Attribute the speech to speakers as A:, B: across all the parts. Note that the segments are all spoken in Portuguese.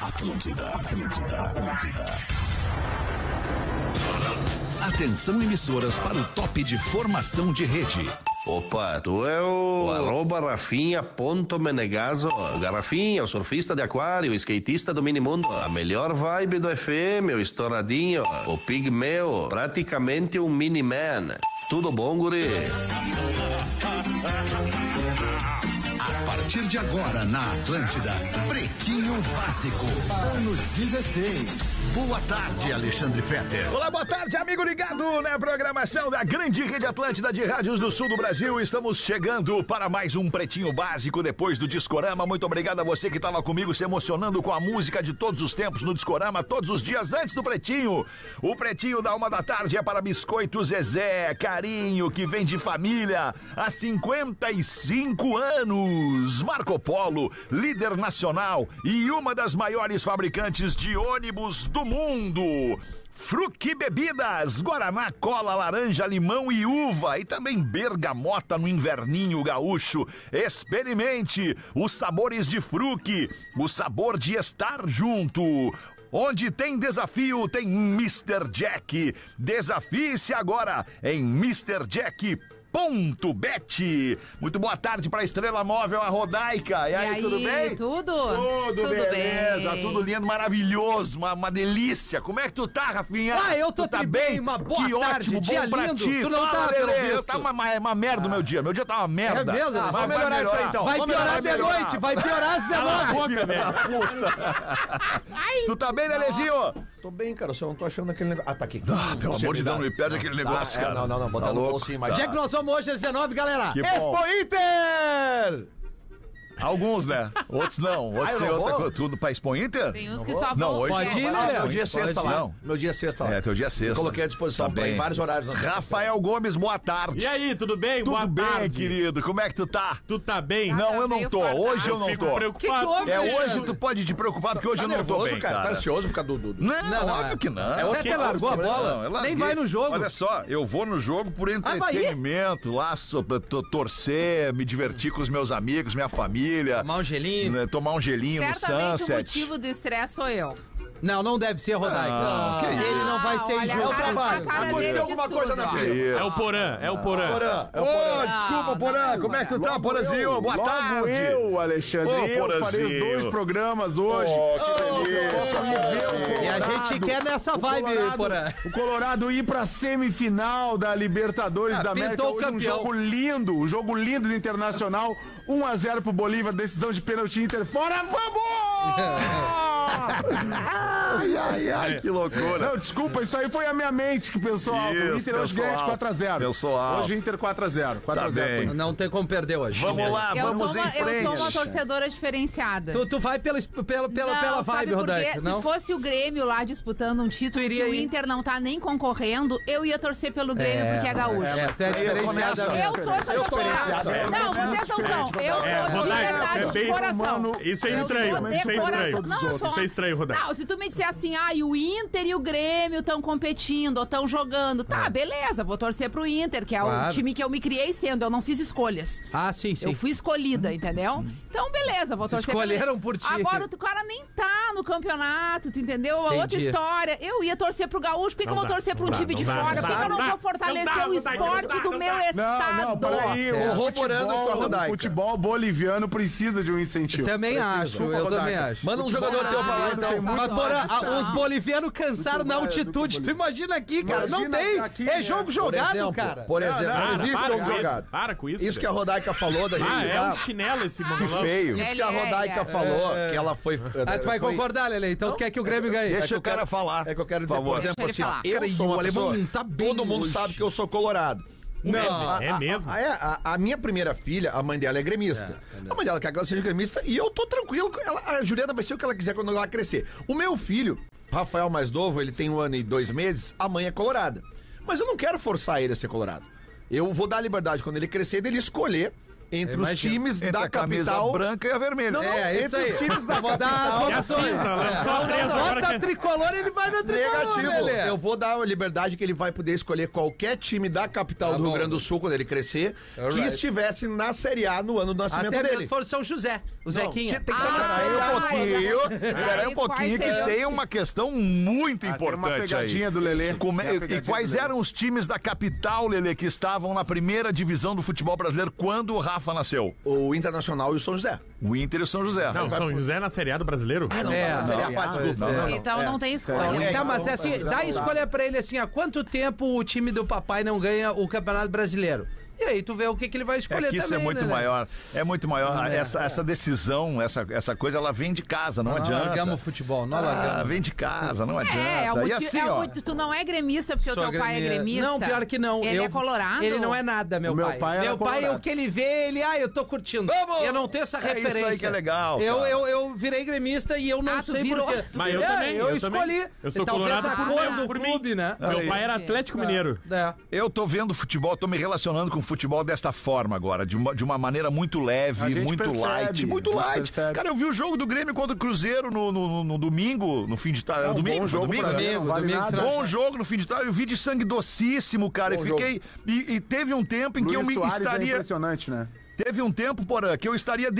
A: Atlântida, Atlântida, Atlântida. Atenção emissoras para o top de formação de rede.
B: Opa, tu é o, o arroba Rafinha ponto Menegazo. O Garrafinha, o surfista de aquário, o skatista do minimundo. A melhor vibe do FM, o estouradinho, o pigmeu, praticamente um mini-man. Tudo bom, guri?
A: A partir de agora na Atlântida, Pretinho Básico, ano 16. Boa tarde, Alexandre Fetter.
C: Olá, boa tarde, amigo ligado na programação da grande rede Atlântida de rádios do sul do Brasil. Estamos chegando para mais um Pretinho Básico depois do Discorama. Muito obrigado a você que estava comigo se emocionando com a música de todos os tempos no Discorama, todos os dias antes do Pretinho. O Pretinho da uma da tarde é para Biscoito Zezé, carinho que vem de família há 55 anos. Marco Polo, líder nacional e uma das maiores fabricantes de ônibus do mundo. Fruque Bebidas, Guaraná, cola, laranja, limão e uva e também bergamota no inverninho gaúcho. Experimente os sabores de Fruque, o sabor de estar junto. Onde tem desafio, tem Mr. Jack. Desafie-se agora em MrJack.com. Ponto Bet. Muito boa tarde para Estrela Móvel, a Rodaica. E, aí,
D: aí,
C: tudo bem?
D: tudo?
C: Tudo,
D: Tudo
C: beleza,
D: bem.
C: tudo lindo, maravilhoso, uma, uma delícia. Como é que tu tá, Rafinha?
E: Ah, eu tô
C: tu tá
E: tri
C: bem,
E: bem, uma boa
C: que
E: tarde,
C: ótimo,
E: dia
C: bom pra
E: lindo.
C: ti.
E: Tu não
C: Fala,
E: tá, pelo
C: Lelê, eu
E: visto. Ah. É
C: tá uma, uma- uma merda o meu dia, meu dia tá uma merda.
E: mesmo?
C: Ah, mas
E: Vamos
C: vai
E: melhorar isso aí,
C: então.
E: Vai
C: Vamos
E: piorar de
C: melhorar, Ah,
E: noite, vai piorar às
C: Cala a
E: 19.
C: boca, velho. Tu tá bem, Lelezinho?
F: Tô bem, cara, eu só não tô achando aquele negócio. Ah, tá aqui. Ah,
C: Pelo amor de Deus, não me perde aquele negócio, cara.
F: Tá, é,
C: Tá
F: Não, não, não, botar no bolsinho, mas.
E: Onde é que nós vamos hoje às 19, galera?
C: Que
E: Expo
C: bom.
E: Inter!
C: Alguns, né? Outros não. Outros
F: eu
C: tem
F: não
C: outra
F: vou?
C: coisa. Tudo pra Expo Inter?
D: Tem uns que só
C: Não,
D: vão.
C: hoje
E: Pode ir,
C: não.
E: né,
F: Ah,
E: Léo?
F: meu dia é
E: Pode
F: sexta
E: ir.
F: lá.
C: Não.
F: Meu dia é sexta lá.
C: É, teu dia é sexta.
F: Coloquei à disposição
C: Tá
F: pra
C: bem.
F: em vários horários. na sexta.
C: Rafael Gomes, boa tarde.
G: E aí, tudo bem?
C: Tudo
G: Boa
C: bem,
G: tarde.
C: querido? Como é que tu tá?
G: Tu tá bem?
C: Não, eu não
D: meio
C: tô.
D: fardado.
C: Hoje eu não
G: Fico
C: tô.
E: Que
G: preocupado.
E: que houve?
C: É hoje
E: Alexandre?
C: tu pode te preocupar porque hoje
F: Tá
C: eu não tô
F: nervoso,
C: bem,
F: cara.
C: cara.
F: Tá ansioso por causa do. do- do-
C: Não,
E: Não, não,
C: óbvio
E: é.
C: que não.
E: É o Pepe largou a bola,
C: Não, eu
E: nem
C: larguei.
E: vai no jogo.
C: Olha só, eu vou no jogo por entretenimento, lá so- to- torcer, me divertir com os meus amigos, minha família.
E: Tomar um gelinho.
C: né, tomar um gelinho no
D: Certamente o
C: Sunset.
D: motivo do estresse sou eu.
E: Não, não deve ser Rodaica.
C: Não, Ah, que isso.
E: Ele não vai ser
D: olha,
E: injusto.
D: é a cara-
F: trabalho.
D: a cara
F: Aconteceu
D: dele
F: alguma
D: diz
F: coisa
D: tudo,
F: na
D: ó.
F: vida.
C: É
G: É o Porã, é o Porã.
F: Porã, é
C: Ô,
F: o Porã.
C: desculpa,
D: Não,
C: Porã,
D: não,
C: como é que tu tá,
F: Logo
C: Porãzinho?
F: eu,
C: Boa
F: logo
C: tarde.
H: Eu, Alexandre,
C: Ô,
H: eu farei
C: Porazinho.
H: os dois programas hoje.
C: Oh, que delícia.
E: E a gente quer nessa Tá vibe, Porã.
H: O Colorado ir pra semifinal da Libertadores
E: Ah,
H: da América.
E: pintou o
H: Hoje um
E: campeão.
H: jogo lindo, um jogo lindo do Internacional. 1x0 pro Bolívar, decisão de pênalti Inter. Fora, vamos!
C: Ai, ai, ai, que loucura.
H: Não, desculpa, isso aí foi a minha mente que pensou alto. O
C: Isso,
H: Inter hoje
C: pensou
H: ganha de
C: alto.
H: 4x0.
C: Pensou alto. Tá
H: Hoje Inter 4x0. 4x0
C: bem.
E: Não tem como perder hoje.
C: Vamos lá,
D: Eu
C: vamos
D: sou
C: em
D: uma, eu
C: frente.
D: sou uma torcedora diferenciada.
E: Tu, tu vai pela, es- pela, pela,
D: Não, sabe
E: pela vibe,
D: por quê?
E: Rodaica, não?
D: Se fosse o Grêmio lá disputando um título
E: Tu iria
D: que o
E: ir.
D: Inter não tá nem concorrendo, eu ia torcer pelo Grêmio porque é gaúcho.
E: É, até é
H: começo,
E: diferenciada.
D: Eu sou essa
F: Eu sou
D: pessoa.
F: diferenciada.
D: É. Não, vocês não são. Eu
G: É,
D: sou de
G: Rodaica,
D: verdade
G: você é
D: de
G: bem
D: coração.
H: humano.
G: Isso é
D: Eu
G: estranho,
D: sou
G: isso é
D: decoração.
G: estranho.
D: Não, eu sou-
G: Isso é estranho, Rodaica.
D: Não, se tu me disser assim, ah, e o Inter e o Grêmio estão competindo, ou estão jogando, tá,
G: Ah.
D: beleza, vou torcer pro Inter, que é o
E: Claro.
D: time que eu me criei sendo, eu não fiz escolhas.
E: Ah, sim,
D: Eu
E: sim.
D: fui escolhida, entendeu?
G: Hum.
D: Então, beleza, vou torcer. pelo-
E: Escolheram por ti.
D: Agora o cara nem tá no campeonato, tu entendeu? É outra
E: Entendi.
D: história. Eu ia torcer pro gaúcho, por que, que eu
G: Não
D: vou
G: dá,
D: torcer pra um
G: não dá,
D: time
G: não
D: de
G: dá, não
D: fora? Por que,
G: dá,
D: que eu não
G: não
D: vou
G: dá,
D: fortalecer
G: não dá,
D: o
G: não dá, não
D: esporte
G: dá,
D: do
G: não
D: meu
G: dá.
D: estado?
H: Não, não, peraí.
E: Certo.
H: O
F: Corroborando com a
H: futebol, o
F: Rodaica.
H: futebol boliviano precisa de um incentivo.
E: Também acho, eu também acho.
F: Manda um jogador
D: Ah,
F: teu pra lá, então.
D: tem muito-
E: Mas,
D: Só
E: porra,
D: pode
E: a- os
D: estar.
E: bolivianos cansaram na
H: Muito bom, é,
E: altitude.
H: muito
E: Tu imagina aqui, cara. não
H: Imagina
E: tem.
H: aqui,
E: é
H: né?
E: jogo
F: Por
E: jogado,
F: exemplo,
E: cara. Ah,
F: Por exemplo, um
H: não,
G: Para,
H: existe
G: para
H: jogo
G: com isso,
H: jogado.
G: Para com isso.
F: isso que é a
G: velho.
F: Rodaica falou da gente.
G: Ah, é um
F: jogar-
G: chinelo esse maluco.
H: Feio.
F: Isso que a
D: Ele é,
F: Rodaica
D: é.
F: falou, que ela foi.
E: Ah, tu vai
F: foi-
E: concordar, Lele. Então tu quer que o Grêmio ganhe.
F: É que eu quero-
C: falar.
F: É que eu quero dizer,
C: Por favor.
F: por exemplo,
D: Deixa
F: assim,
D: ele falar.
F: ó, eu
E: Cara,
F: sou
E: e o
F: uma
E: alemão
F: pessoa,
E: tá bem
F: todo mundo
E: hoje.
F: sabe que eu sou colorado.
G: Não. É, é
F: A- a-
G: mesmo.
F: A, a- a minha primeira filha, a mãe dela é gremista. a mãe dela quer que ela seja gremista e eu tô tranquilo. com Ela, a Juliana vai ser o que ela quiser quando ela crescer. O meu filho, Rafael mais novo, ele tem um ano e dois meses, a mãe é colorada. Mas eu não quero forçar ele a ser colorado. Eu vou dar liberdade quando ele crescer dele escolher entre os
E: Imagina.
F: times
C: Entre
F: da
C: a camisa
F: capital.
C: branca e a vermelha.
F: Não, não,
E: É, isso aí.
F: Entre os times da
E: Eu vou dar
F: capital.
E: as
G: É a
E: opções.
G: cinza, lançou a três agora.
E: Bota
G: que-
E: tricolor, ele vai na tricolor,
F: Negativo.
E: Lelê.
F: Eu vou dar a liberdade que ele vai poder escolher qualquer time da capital
E: Tá
F: do
E: bom.
F: Rio Grande do Sul quando ele crescer que
E: Alright.
F: estivesse na Série A no ano do nascimento
E: Até mesmo
F: dele.
E: se for São José. O Zequinha. É,
C: Tem que
D: Ah,
C: trabalhar aí um pouquinho. Peraí um
D: E quais
C: pouquinho, que
D: seriam-
C: tem uma questão muito
H: Ah, tem uma
C: importante
H: pegadinha
C: aí.
H: do Lelê.
C: Como é-
H: Tem uma
C: e
H: pegadinha
C: quais
H: do Lelê.
C: eram os times da capital, Lelê, que estavam na primeira divisão do futebol brasileiro quando o Rafa nasceu?
F: O Internacional e o São José.
C: O Inter e o São José.
G: Não, São José na Série A do Brasileiro?
F: não,
E: É,
F: tá, seria
E: não,
F: pá, desculpa.
E: é.
F: Não, não,
D: Então
F: é.
D: não tem escolha.
F: É,
E: Tá, mas
F: então,
E: assim,
F: mas
E: dá a
F: vamos lá.
C: um
E: escolha pra ele assim, há quanto tempo o time do papai não ganha o Campeonato Brasileiro? E aí tu vê o que, que ele vai
C: É
E: escolher
C: que isso é
E: também,
C: muito
E: né, né?
C: maior. É muito maior. Essa, essa decisão, essa, essa coisa, ela vem de casa, não,
E: Nós
C: adianta.
E: largamos o futebol, nós
C: Ah,
E: largamos.
C: vem de casa, não adianta.
D: É, é o
C: e
D: motivo-
C: assim,
D: é o
C: ó.
D: motivo- tu não é gremista porque
E: Sou
D: o teu pai é gremista.
E: Não, pior que não.
D: Ele
E: Eu-
D: é colorado.
E: Ele não é nada, meu,
H: O meu
E: pai.
H: pai era
E: meu pai,
H: colorado.
E: o que ele vê, ele, ah, eu tô curtindo. Eu não tenho essa
C: É
E: referência.
C: isso aí que é legal.
E: Eu,
C: cara.
E: eu, eu virei gremista e eu não
D: Ah, tu
E: sei
D: virou-
E: porquê.
D: tu
G: Mas eu
E: É,
G: também,
E: Eu,
G: eu também.
E: escolhi.
G: Eu sou
E: E talvez
G: colorado
E: a
G: por
E: cor
D: mim,
E: do
G: por mim.
E: clube, né?
C: Aí.
G: Meu pai era Atlético Mineiro.
E: É.
C: Eu tô vendo futebol, tô me relacionando com futebol desta forma agora, de uma, de uma maneira muito
H: A
C: leve,
H: gente
C: muito
H: percebe,
C: light, muito
H: a gente
C: light.
H: percebe.
C: Cara, eu vi o jogo do Grêmio contra o Cruzeiro no, no- no- no domingo, no fim de tarde. é
H: um
C: domingo,
H: bom
C: foi
H: jogo
C: domingo,
H: pra
C: né?
H: mim,
E: Domingo,
H: não vale
E: domingo,
H: nada.
E: final-
C: Bom jogo no fim de tarde, eu vi de sangue docíssimo, cara.
F: Bom
C: e fiquei. E, e teve um tempo em que eu
H: Luiz
C: me
H: Soares é
C: estaria.
H: impressionante, né?
C: Teve um tempo, porã, que eu estaria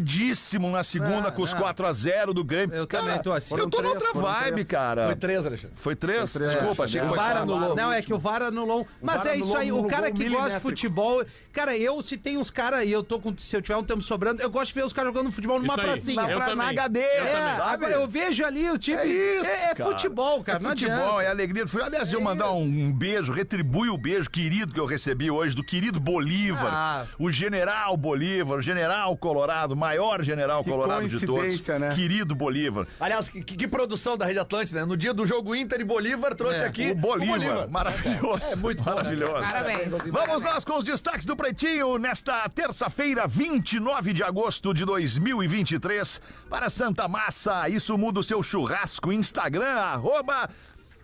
C: deprimidíssimo na segunda
E: Ah,
C: com os
E: não.
C: 4x0 do Grêmio.
E: Eu
C: Cara,
E: também tô assim.
C: Eu tô
H: Foram
C: na
H: três,
C: outra
H: foram
C: vibe,
H: três.
C: cara.
F: Foi três, Alexandre.
C: Foi três?
H: Foi três,
C: Desculpa, achei que
H: né?
C: foi
H: Vara
C: quatro.
H: no
E: Não, é que o VAR anulou. Mas
H: VAR
E: é isso
H: anulou
E: aí,
H: um
E: o cara que
H: gol
E: gosta de
H: milimétrico.
E: futebol. Cara, eu se tem uns caras, e eu tô com. Se eu tiver um tempo sobrando, eu gosto de ver os caras jogando futebol numa
G: Isso aí.
E: pracinha.
G: Eu
C: pra-
G: também.
C: na HD,
E: É,
G: Eu também.
E: agora
C: sabe?
E: eu vejo ali o time.
C: É isso,
E: é, é
C: cara.
E: futebol, cara. não
C: futebol,
E: adianta.
C: é alegria do futebol. Aliás, eu mandar um, um beijo, retribui o beijo querido que eu recebi hoje do querido Bolívar,
E: Ah.
C: o general Bolívar, o general Colorado, maior general
H: Que
C: Colorado de todos.
H: coincidência, né?
C: Querido Bolívar.
F: Aliás, que, que produção da Rede Atlântida, né? No dia do jogo Inter e Bolívar, trouxe
E: É,
F: aqui
C: o Bolívar, maravilhoso. É, muito maravilhoso.
D: Parabéns.
C: Vamos nós com os destaques do Pretinho nesta terça-feira, 29 de agosto de 2023. Para Santa Massa, isso muda o seu churrasco. Instagram, arroba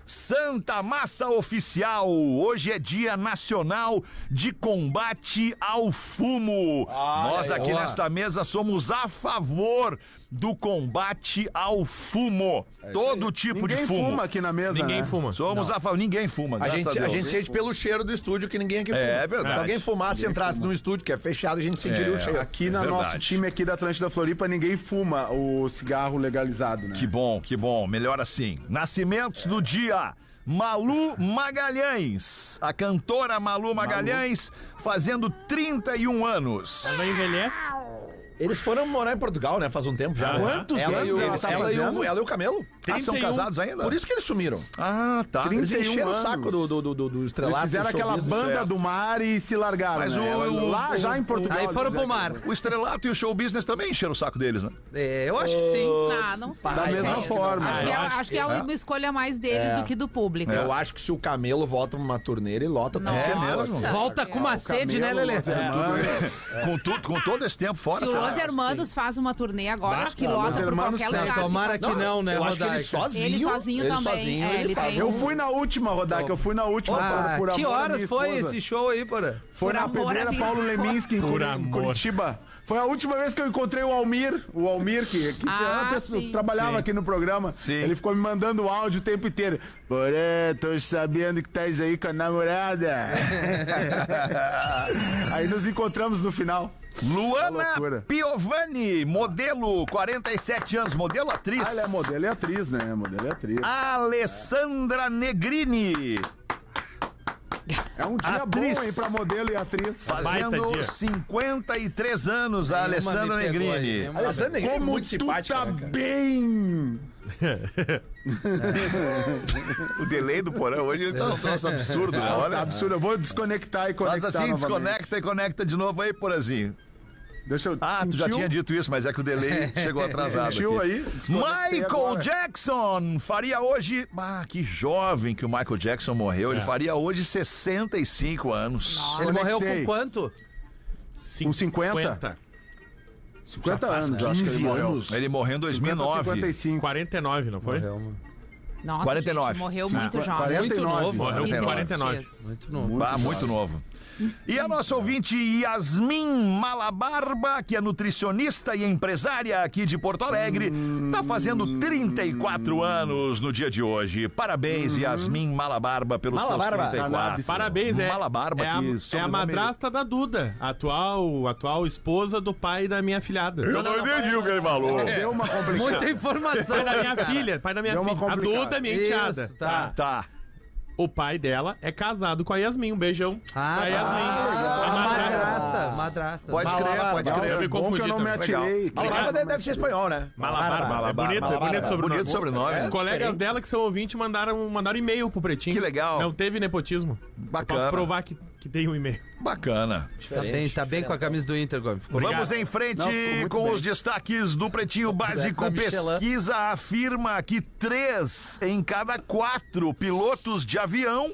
C: Santa Massa Oficial. Hoje é dia nacional de combate ao fumo. Nós aqui
E: boa.
C: nesta mesa somos a favor do combate ao fumo. Todo tipo
H: Ninguém
C: de fumo.
H: fuma aqui na mesa,
G: Ninguém
H: né?
G: fuma.
C: Somos a favor. Ninguém fuma,
F: A
C: graças
F: gente, a
C: Deus.
F: gente sente pelo cheiro do estúdio que ninguém aqui fuma.
C: É verdade.
F: Se alguém fumasse e entrasse num estúdio que é fechado, a gente sentiria
C: É,
F: o cheiro.
H: Aqui no
C: Verdade.
H: nosso time aqui da Atlântida Floripa, ninguém fuma o cigarro legalizado, né?
C: Que bom, que bom. Melhor assim. Nascimentos do dia. Malu Magalhães, a cantora Malu Magalhães, fazendo 31 anos.
G: Não envelhece?
F: Eles foram morar em Portugal, né? Faz um tempo já.
G: Aham.
H: Quantos
F: Ela, e
H: anos
F: o,
H: ela tá
F: ela e o-
H: fazendo?
F: ela e o Camelo.
C: Ah, são
G: 31.
C: casados ainda?
F: Por isso que um. eles sumiram.
C: Ah, tá.
F: Eles
H: 31
F: encheram o
H: anos.
F: saco do, do, do, do, do
H: Eles
F: estrelato.
H: fizeram
F: do
H: aquela
F: showbiz. é.
H: banda do mar e se largaram.
C: Mas
H: né?
C: o-
H: Ela-
C: o-
H: lá já em Portugal.
E: Aí foram
H: eles
E: pro mar.
C: O estrelato e o show business também encheram o saco deles, né?
E: É, eu acho que sim.
D: Ah, não sei.
H: Da mesma
D: Acho que-
H: forma.
D: Acho que, é,
G: Eu acho
D: acho que é uma escolha mais deles do que do público.
F: Eu acho que se o Camelo volta pra uma turnê, ele lota tudo.
E: É
D: Nossa.
C: mesmo?
E: Volta com uma sede, né, Lelê?
C: Com, tu, com todo esse tempo fora.
D: Se o
C: sabe?
D: Los Hermanos faz uma turnê agora, acho que lota por
H: Hermanos
D: qualquer
H: sim.
E: Não,
D: lugar.
E: tomara que não, né,
F: eu acho que ele
E: Rodaica?
F: sozinho.
D: Ele sozinho também.
F: sozinho,
D: É,
F: ele
D: ele
F: faz.
D: tem
H: Eu fui na última, Rodak, eu fui na última.
E: Ah,
H: por- por
E: que
H: amor à
E: horas
H: minha
E: foi
H: esposa.
E: esse show aí, porra?
H: Foi
D: Por
H: na
D: amor à
H: pedreira
D: minha
H: Paulo
D: esposa.
H: Leminski, em
G: Por
H: Curi-
G: amor.
H: Curitiba. Foi a última vez que eu encontrei o Almir, o Almir que, que
D: Ah,
H: é uma pessoa que
D: sim.
H: trabalhava
G: Sim.
H: aqui no programa.
C: Sim.
H: Ele ficou me mandando o áudio o tempo inteiro. Porém, tô sabendo que estás aí com a namorada. aí nos encontramos no final. Uma
C: Luana
H: loucura.
C: Piovani, modelo, 47 anos, modelo atriz.
H: Ah, ela é modelo e atriz, né? Modelo e atriz.
C: Ah, Alessandra Negrini,
H: é um dia
C: atriz.
H: bom, hein, pra modelo e atriz.
G: Baita
C: fazendo
G: dia.
C: 53 anos, a Alessandra
E: me pegou aí,
C: Negrini.
E: nenhuma
F: Alessandra Negrini é
H: Como
F: muito
H: tu
F: simpática,
H: tá
F: né, cara?
H: bem!
C: O delay do porão hoje ele tá um troço absurdo, né?
H: Olha,
C: Olha.
H: absurdo, eu vou desconectar e conectar
C: Faz assim,
H: novamente.
C: desconecta e conecta de novo aí, porazinho.
H: Deixa eu...
C: Ah, tu já
H: Sentiu?
C: tinha dito isso, mas é que o delay chegou atrasado.
H: Sentiu
C: aqui.
H: aí? Desconectei
C: Michael
H: agora.
C: Jackson faria hoje. Ah, que jovem que o Michael Jackson morreu.
H: É.
C: Ele faria hoje 65 anos.
E: Ele morreu com
H: conectei.
E: quanto?
D: Um
H: Com 50? 50 anos, eu acho que ele morreu.
C: Ele morreu em 2009.
H: 55.
G: 49, não foi?
D: Nossa,
C: 49.
D: gente, morreu
C: Sim.
D: muito
H: Qua-
D: jovem.
H: 49.
E: Muito novo.
G: Morreu com
D: Que
G: 49.
D: Deus.
E: Muito novo.
C: Ah, muito novo. E a nossa ouvinte Yasmin Malabarba, que é nutricionista e empresária aqui de Porto Alegre, tá fazendo 34 anos no dia de hoje.
G: Uhum.
C: Parabéns, Yasmin Malabarba, pelos seus
I: Malabarba.
C: 34.
G: Parabéns, é.
C: Malabarba,
G: é a,
C: que
G: é a
C: sobrenome-
G: madrasta da Duda, atual, atual esposa do pai da É. minha filhada.
C: Eu não entendi o que ele falou.
H: Deu É uma complicada.
E: Muita informação.
G: Pai da minha
E: cara.
G: filha, pai da minha
H: Deu uma
G: filha. A
H: complicada.
G: Duda, minha enteada.
E: Isso, tá.
C: Tá.
G: O pai dela é casado com a Yasmin. Um beijão.
E: Ah,
G: pra
E: tá.
G: Yasmin.
E: Ah,
G: A madrasta.
E: madrasta, madrasta. Tá
C: Pode crer, pode
G: Malabarba.
C: crer.
G: Eu me
H: Bom que
G: confundi
H: eu não me
G: também.
H: atirei.
F: Malabarba deve, deve ser espanhol, né?
G: Malabarba.
C: Malabarba.
G: É bonito,
C: Malabarba.
G: é bonito sobrenome.
C: Bonito sobrenome. é
G: Os colegas dela que são ouvintes mandaram, mandaram e-mail pro Pretinho.
C: Que legal.
G: Não teve nepotismo.
C: Bacana.
G: Posso provar que, que tem um e-mail.
C: Bacana.
E: Tá bem, tá bem com a camisa do Inter,
F: Ah,
E: Gomes. Ficou
C: Vamos em frente
E: Não, ficou muito
C: com
E: bem.
C: os destaques do Pretinho Básico.
E: Da Michelin.
C: Pesquisa afirma que três em cada quatro pilotos de avião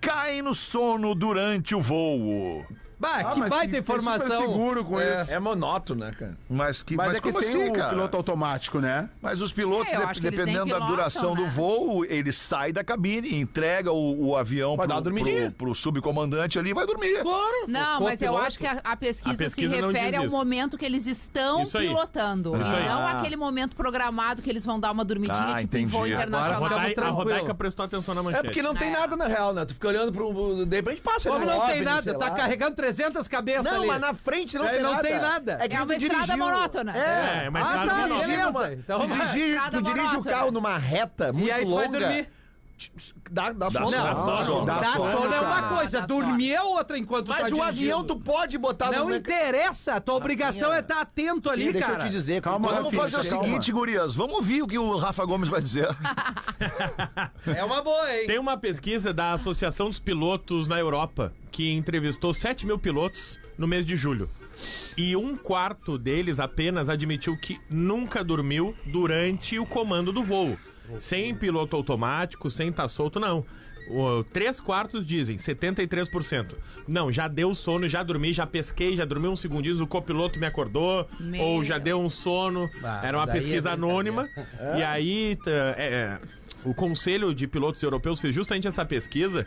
C: caem no sono durante o voo.
E: Bah, que
H: Ah, mas
E: baita
H: fiquei super
E: informação.
H: seguro com isso.
F: É monótono, né, cara?
C: Mas que
H: Mas,
C: mas
H: é que
C: como
H: tem
C: assim,
H: o
C: cara?
H: piloto automático, né?
C: Mas os pilotos,
D: É, eu
C: de-
D: acho que eles nem
C: dependendo da
D: pilotam,
C: duração do
D: né?
C: voo, ele sai da cabine, entrega o, o avião
F: Vai dar
C: pro,
F: uma dormidinha.
C: pro- pro subcomandante ali e vai dormir.
D: Não,
G: Pô,
D: mas eu
G: piloto.
D: acho que a, a pesquisa,
G: A pesquisa
D: se
G: não
D: refere
G: diz
D: ao
G: isso.
D: momento que eles estão
G: Isso aí.
D: pilotando.
G: Isso aí.
D: e não
H: Ah.
D: aquele momento programado que eles vão dar uma dormidinha,
C: Ah,
D: tipo em voo
C: entendi. Agora
G: A,
D: internacional.
E: rodar-
G: Rodai, a
E: tranquilo.
G: Rodaica prestou atenção na
F: É
G: manchete.
F: porque não tem
D: É.
F: nada na real, né? Tu fica olhando pra um. De repente passa,
E: Como
F: né?
E: não tem
F: OVNI,
E: nada,
F: sei
E: tá
F: lá.
E: carregando 300 cabeças
F: Não,
E: ali.
F: mas na frente não
E: Aí
F: tem
E: não
F: nada.
E: tem nada.
F: É, que
D: É
F: tu
D: uma estrada
F: dirigiu-
D: monótona.
F: É.
G: É, mas
E: Ah,
G: nada
E: tá,
G: monótono.
E: beleza. Então,
F: Tu dirige,
D: estrada
F: tu dirige o
D: monótona.
F: carro numa reta muito
E: e aí tu vai
F: longa.
E: dormir.
F: Dá, dá,
C: Dá
F: sono.
C: sono.
F: Dá
G: Dá sono.
F: Dá
E: Dar
F: sono.
E: sono é uma
D: cara.
E: coisa,
D: Dá
E: dormir é outra enquanto tu tá
F: Mas o
E: dirigindo.
F: avião tu pode botar
E: Não
F: no...
E: interessa, tua obrigação é estar atento ali,
F: Deixa
E: cara.
F: eu te dizer.
H: Calma,
F: quando-
C: Vamos fazer o
H: Calma.
C: seguinte, gurias. Vamos ouvir o que o Rafa Gomes vai dizer.
E: É uma boa, hein?
G: Tem uma pesquisa da Associação dos Pilotos na Europa que entrevistou 7 mil pilotos no mês de julho. E um quarto deles apenas admitiu que nunca dormiu durante o comando do voo. Sem piloto automático, sem estar solto, não. O, três quartos dizem, 73%. Não, já deu sono, já dormi, já pesquei, já dormi uns segundinhos, o copiloto me acordou,
D: Meu.
G: ou já deu um sono.
E: Ah,
G: Era uma
E: daí é
G: pesquisa
E: brincadeira.
G: anônima. E aí, tá, é, é, o Conselho de Pilotos Europeus fez justamente essa pesquisa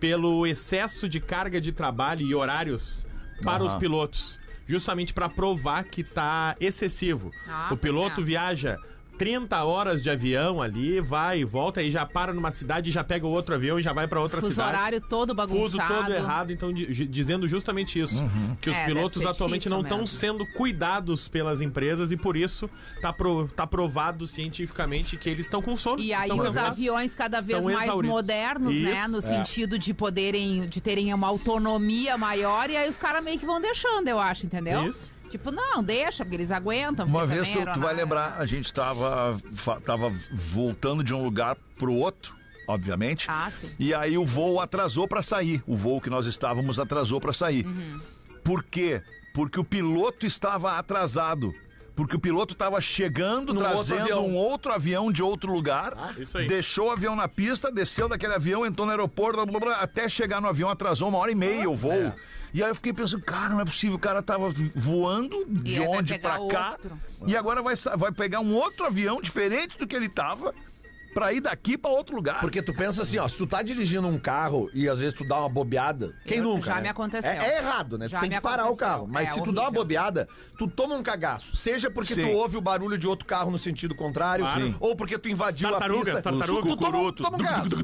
G: pelo excesso de carga de trabalho e horários para os pilotos. Justamente para provar que tá excessivo.
D: Ah,
G: o
D: pois
G: piloto
D: é.
G: viaja 30 horas de avião ali, vai e volta, e já para numa cidade, já pega outro avião e já vai para outra
D: Fuso
G: cidade.
D: horário todo
G: Fuso
D: bagunçado.
G: todo errado, então di- gi- dizendo justamente isso,
E: Uhum.
G: que os
D: É, deve
G: pilotos
D: ser
G: atualmente
D: difícil
G: não estão
D: mesmo.
G: sendo cuidados pelas empresas e por isso tá, pro- tá provado cientificamente que Então, eles estão com sono.
D: E aí
G: estão
D: os
G: cansados.
D: aviões cada vez
G: estão
D: mais
G: exauridos.
D: modernos, né?
G: Isso. É.
D: No sentido de poderem, de terem uma autonomia maior, e aí os caras meio que vão deixando, eu acho, entendeu?
G: Isso.
D: Tipo, não, deixa, porque eles aguentam.
C: Uma
D: porque
C: vez tu,
D: também
C: tu vai
D: aeronave-
C: lembrar, a gente tava, fa- tava voltando de um lugar pro outro, obviamente.
D: Ah, sim.
C: E aí o voo atrasou pra sair. O voo que nós estávamos atrasou pra sair.
D: Uhum.
C: Por quê? Porque o piloto estava atrasado. Porque o piloto estava chegando,
F: Num outro
C: trazendo
F: avião. Ah,
C: um outro avião de outro lugar,
G: Isso aí.
C: deixou o avião na pista, desceu daquele avião, entrou no aeroporto, blá, blá, blá, até chegar no avião atrasou uma hora e
D: Ah,
C: meia o voo.
D: é.
C: E aí eu fiquei pensando, cara, não é possível, o cara tava voando
D: E
C: de
D: aí vai
C: onde
D: pegar
C: pra cá.
D: outro.
C: E agora vai, sa- vai pegar um outro avião diferente do que ele tava pra ir daqui pra outro lugar.
F: Porque tu pensa assim, ó, se tu tá dirigindo um carro e às vezes tu dá uma bobeada, quem
D: Eu-
F: nunca?
D: já
F: né?
D: me aconteceu.
F: É, é errado, né?
D: Já
F: tu tem
D: me
F: que parar o
D: aconteceu.
F: carro. Mas
D: É,
F: se tu dá uma
D: horrível.
F: bobeada, tu toma um cagaço. Seja porque
C: Sim.
F: tu ouve o barulho de outro carro no sentido contrário,
G: Claro.
F: ou porque tu invadiu a
G: Tartarugas,
F: pista.
G: tartarugas,
F: tu toma,
G: cucurutos.
F: toma um cagaço.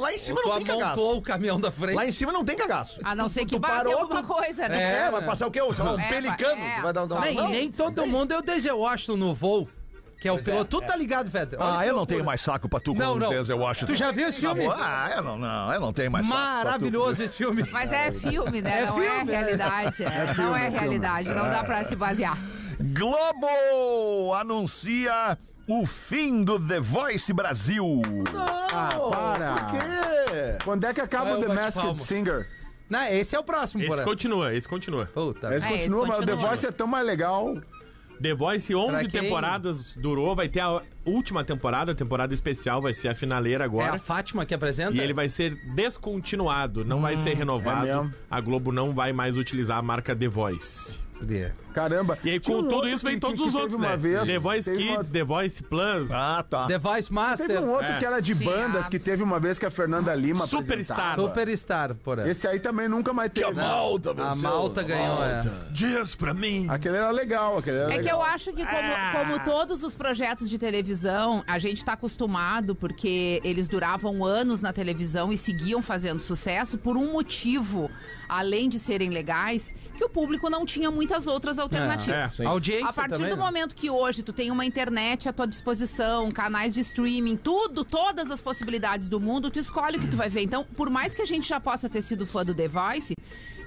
F: Lá em cima
E: Tu
F: não tem
E: amontou
F: cagaço.
E: o caminhão da frente.
F: Lá em cima não tem cagaço.
D: A não
F: Tu-
D: ser
F: tu-
D: que
F: tu
D: bate
F: parou,
D: alguma
F: tu-
D: coisa,
F: É,
D: né?
F: vai passar o quê? Sei lá, um
D: É,
F: pelicano.
D: é.
F: Tu vai dar, um dar
D: Não,
F: uma...
D: e
E: Nem, nem todo mundo é o Denzel Washington no voo, que é o piloto. Tu tá ligado, Feder? Olha
C: Ah,
E: que
C: eu não
E: loucura.
C: tenho mais saco pra tu com
E: Não,
C: o
E: não.
C: Denzel Washington.
F: é.
E: Tu já viu
F: Tá
E: esse filme?
C: Ah, eu não, não, eu não tenho
E: É
C: mais
E: Maravilhoso esse filme.
D: Mas é filme, né?
E: É
D: não
E: filme, é.
D: é realidade. né? não é realidade. Não dá pra se basear.
C: saco. Globo anuncia o fim do The Voice Brasil.
H: Ah, para.
F: Por quê?
H: Quando é que acaba
E: Vai,
H: o
E: eu
H: The
E: bate
H: Masked
E: palma.
H: Singer?
E: Não, esse é o próximo,
G: Esse
E: porra.
G: continua, esse continua.
E: Puta.
H: Esse
D: É, esse
H: continua, mas o The
D: continua.
H: Voice é tão mais legal.
G: The Voice, 11
E: Pra quem-
G: temporadas durou, vai ter a última temporada, a temporada especial, vai ser a finaleira
E: É
G: agora.
E: a Fátima que apresenta?
G: E ele vai ser
E: Hum,
G: descontinuado, não vai ser renovado.
H: é mesmo.
G: a Globo não vai mais utilizar a marca The Voice.
H: Caramba.
G: E aí,
H: Tinha
G: com
H: um
G: tudo
H: outro
G: isso, vem
H: que-
G: todos
H: que
G: os
H: teve
G: outros,
H: uma
G: né?
H: vez,
G: The Voice
H: teve uma-
G: Kids, The Voice Plus,
F: Ah, tá.
E: Device
H: Teve
E: Master.
H: um outro
G: É.
H: que era de
D: Sim,
H: bandas,
D: ah.
H: que teve uma vez que a Fernanda Lima
G: Superstar.
H: apresentava.
E: Superstar, por aí.
H: Esse é aí também nunca mais teve.
E: A Malta ganhou, é.
G: Dias pra mim.
H: Aquele era legal, aquele era
D: É que
H: legal.
D: eu acho que, como,
G: Ah.
D: como todos os projetos de televisão, a gente tá acostumado, porque eles duravam anos na televisão e seguiam fazendo sucesso por um motivo, além de serem legais, que o público não tinha muitas outras
G: É,
D: alternativas.
G: sim.
E: Audiência
D: A partir
E: também,
D: do
E: né?
D: momento que hoje tu tem uma internet à tua disposição, canais de streaming, tudo, todas as possibilidades do mundo, tu escolhe o que tu vai ver. Então, por mais que a gente já possa ter sido fã do The Voice,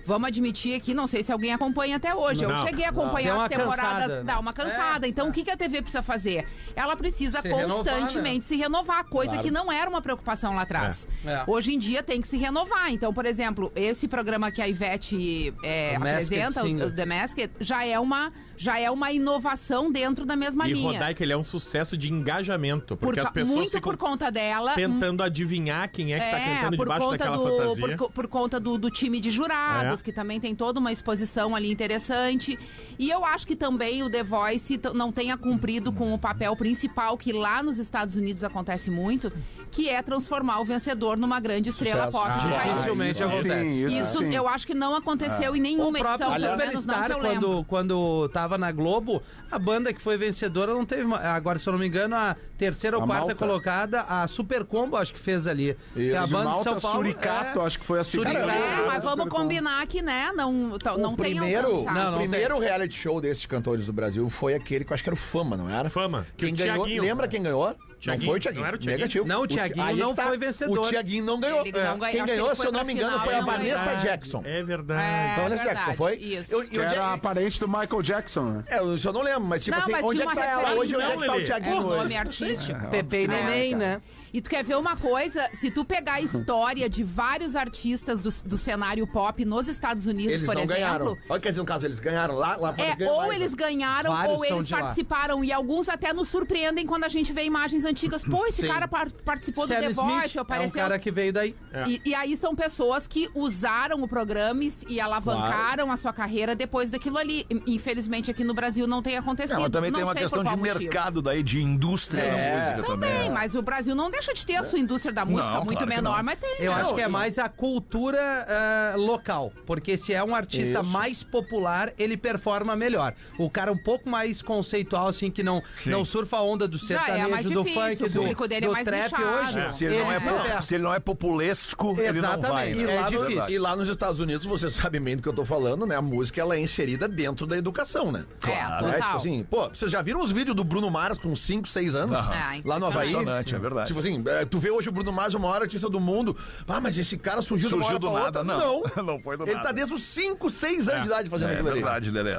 D: vamos admitir aqui, não sei se alguém acompanha até hoje.
G: Não.
D: Eu cheguei a acompanhar
E: Deu uma
D: as temporadas,
E: cansada, né?
D: dá uma cansada.
E: É,
D: então,
E: é.
D: o que, que a TV precisa fazer? Ela precisa
E: Se renovar, né?
D: constantemente se renovar, coisa que não era uma preocupação lá atrás.
E: É. É.
D: Hoje em dia tem que se renovar. Então, por exemplo, esse programa que a Ivete é,
E: O Masked
D: apresenta, o-
E: Singer.
D: o The Masked, já é uma, já é uma inovação dentro da mesma
G: E
D: linha.
G: Rodaica, ele é um sucesso de engajamento,
D: Por
G: porque
D: ca-
G: as pessoas
D: muito
G: ficam
D: por conta dela.
G: tentando adivinhar quem é que tá
D: É,
G: cantando
D: por
G: debaixo
D: conta,
G: daquela
D: do,
G: fantasia.
D: por, co- por conta do, do time de jurados,
G: É.
D: que também tem toda uma exposição ali interessante. E eu acho que também o The Voice t- não tenha cumprido com o papel principal que lá nos Estados Unidos acontece muito, que é transformar o vencedor numa grande estrela pop do
E: Ah,
D: país.
E: Dificilmente Ah.
H: isso
E: acontece.
H: sim, isso
D: Isso
H: sim.
D: eu acho que não aconteceu em
E: O
D: nenhuma
E: próprio
D: edição, pelo menos não que
E: Superstar,
D: eu lembro.
E: quando, quando tava na Globo, a banda que foi vencedora não teve. uma- Agora, se eu não me engano, a terceira ou
H: A
E: quarta
H: Malta.
E: colocada, a Super Combo, acho que fez ali. Que é a
H: de
E: banda de
H: Malta,
E: São Paulo.
H: Suricato,
E: é.
H: acho que foi a segunda.
E: Suricato.
D: É, mas
H: Super
D: vamos
H: com-
D: combinar que, né, não, t- não
F: o
D: tem
F: primeiro,
D: alcançado.
E: Não,
F: o
E: não
F: primeiro reality show desses cantores do Brasil foi aquele que eu acho que era o Fama, não era?
G: Fama, que
F: Quem
G: o
F: ganhou,
G: Thiaguinho-
F: lembra quem ganhou?
G: Thiaguinho,
F: Não foi o Thiaguinho.
G: não era o Thiaguinho?
F: Negativo.
E: Não, o
F: Thi-
E: Thiaguinho
F: aí tá.
E: não foi vencedor.
F: O Thiaguinho não ganhou.
D: Ele não
F: É.
D: ganhou,
F: Quem
D: acho que
F: ganhou,
D: ele
F: se
D: foi
F: eu não
D: pra
F: me engano,
D: final
F: foi
D: e
F: a
D: não ganhou.
F: Vanessa Jackson.
G: É verdade.
D: É,
F: Então, Vanessa Jackson,
D: verdade,
F: foi?
D: isso.
F: Eu, eu,
H: Que era a parente do Michael Jackson, né?
F: é, eu só não lembro, mas tipo
D: Não,
F: assim,
D: mas
F: onde é
D: tinha
F: que
D: uma
F: tá ela hoje?
D: referência,
F: Onde é que tá o
G: Lelê.
D: É
F: Thiaguinho
D: o
F: hoje?
D: nome artístico.
E: Pepe e Neném, né?
D: E tu quer ver uma coisa? Se tu pegar a história de vários artistas do, do cenário pop nos Estados Unidos,
F: Eles
D: por
F: não
D: exemplo.
F: ganharam. Olha, quer dizer, no caso, eles ganharam lá, lá fora.
D: É,
F: ganham
D: ou
F: mais,
D: eles
F: né?
D: ganharam,
E: Vários
D: ou
E: são
D: eles
E: de lá.
D: participaram. E alguns até nos surpreendem quando a gente vê imagens antigas. Pô, esse
F: Sim.
D: cara par- participou do
E: Sam
D: The
E: Smith
D: Voice,
E: é um
D: apareceu.
E: cara que veio daí.
D: E, e aí são pessoas que usaram o programa e, e alavancaram a sua carreira depois daquilo ali. I- Infelizmente aqui no Brasil não tem acontecido.
C: Ela também
D: não
C: tem uma
D: sei
C: questão
D: por
C: de
D: qual motivo.
C: mercado daí, de indústria da música também.
D: Tem, mas o Brasil não deixa de ter a sua indústria da música
C: Não,
D: muito
C: claro que
D: menor,
C: não.
D: mas tem.
E: Eu
D: né?
E: acho que é mais a cultura ah, local. Porque se é um artista mais popular, ele performa melhor. O cara um pouco mais conceitual, assim, que não, não surfa a onda do
D: Já é
E: sertanejo,
D: mais
E: do
D: difícil,
E: funk,
D: o público
E: do,
D: dele é
E: do
D: mais
E: trap
D: nichado.
E: hoje.
D: É.
C: Se ele, não é,
E: se
C: po- se ele não é populesco, ele não vai. né?
E: Exatamente.
F: E
E: É
F: lá, no-
E: difícil.
F: e lá nos Estados Unidos, você sabe bem do que eu tô falando, né? A música ela é inserida dentro da educação, né?
C: É,
D: Claro.
F: Né?
D: total.
F: Tipo assim, pô, vocês já viram os vídeos do Bruno Mars com 5, 6 anos?
D: É,
F: Lá no Havaí.
C: Ah, Impressionante, é verdade.
F: Tipo assim, é, tu vê hoje o Bruno Mars, o maior artista do mundo. Ah, mas esse cara surgiu,
C: Surgiu
F: de uma hora
C: do
F: pra
C: nada,
F: outra.
C: não.
F: Não,
C: Não foi do
F: Ele
C: nada.
F: tá desde os 5, 6 anos de idade fazendo
C: É
F: aquilo ali.
C: verdade, Lelê.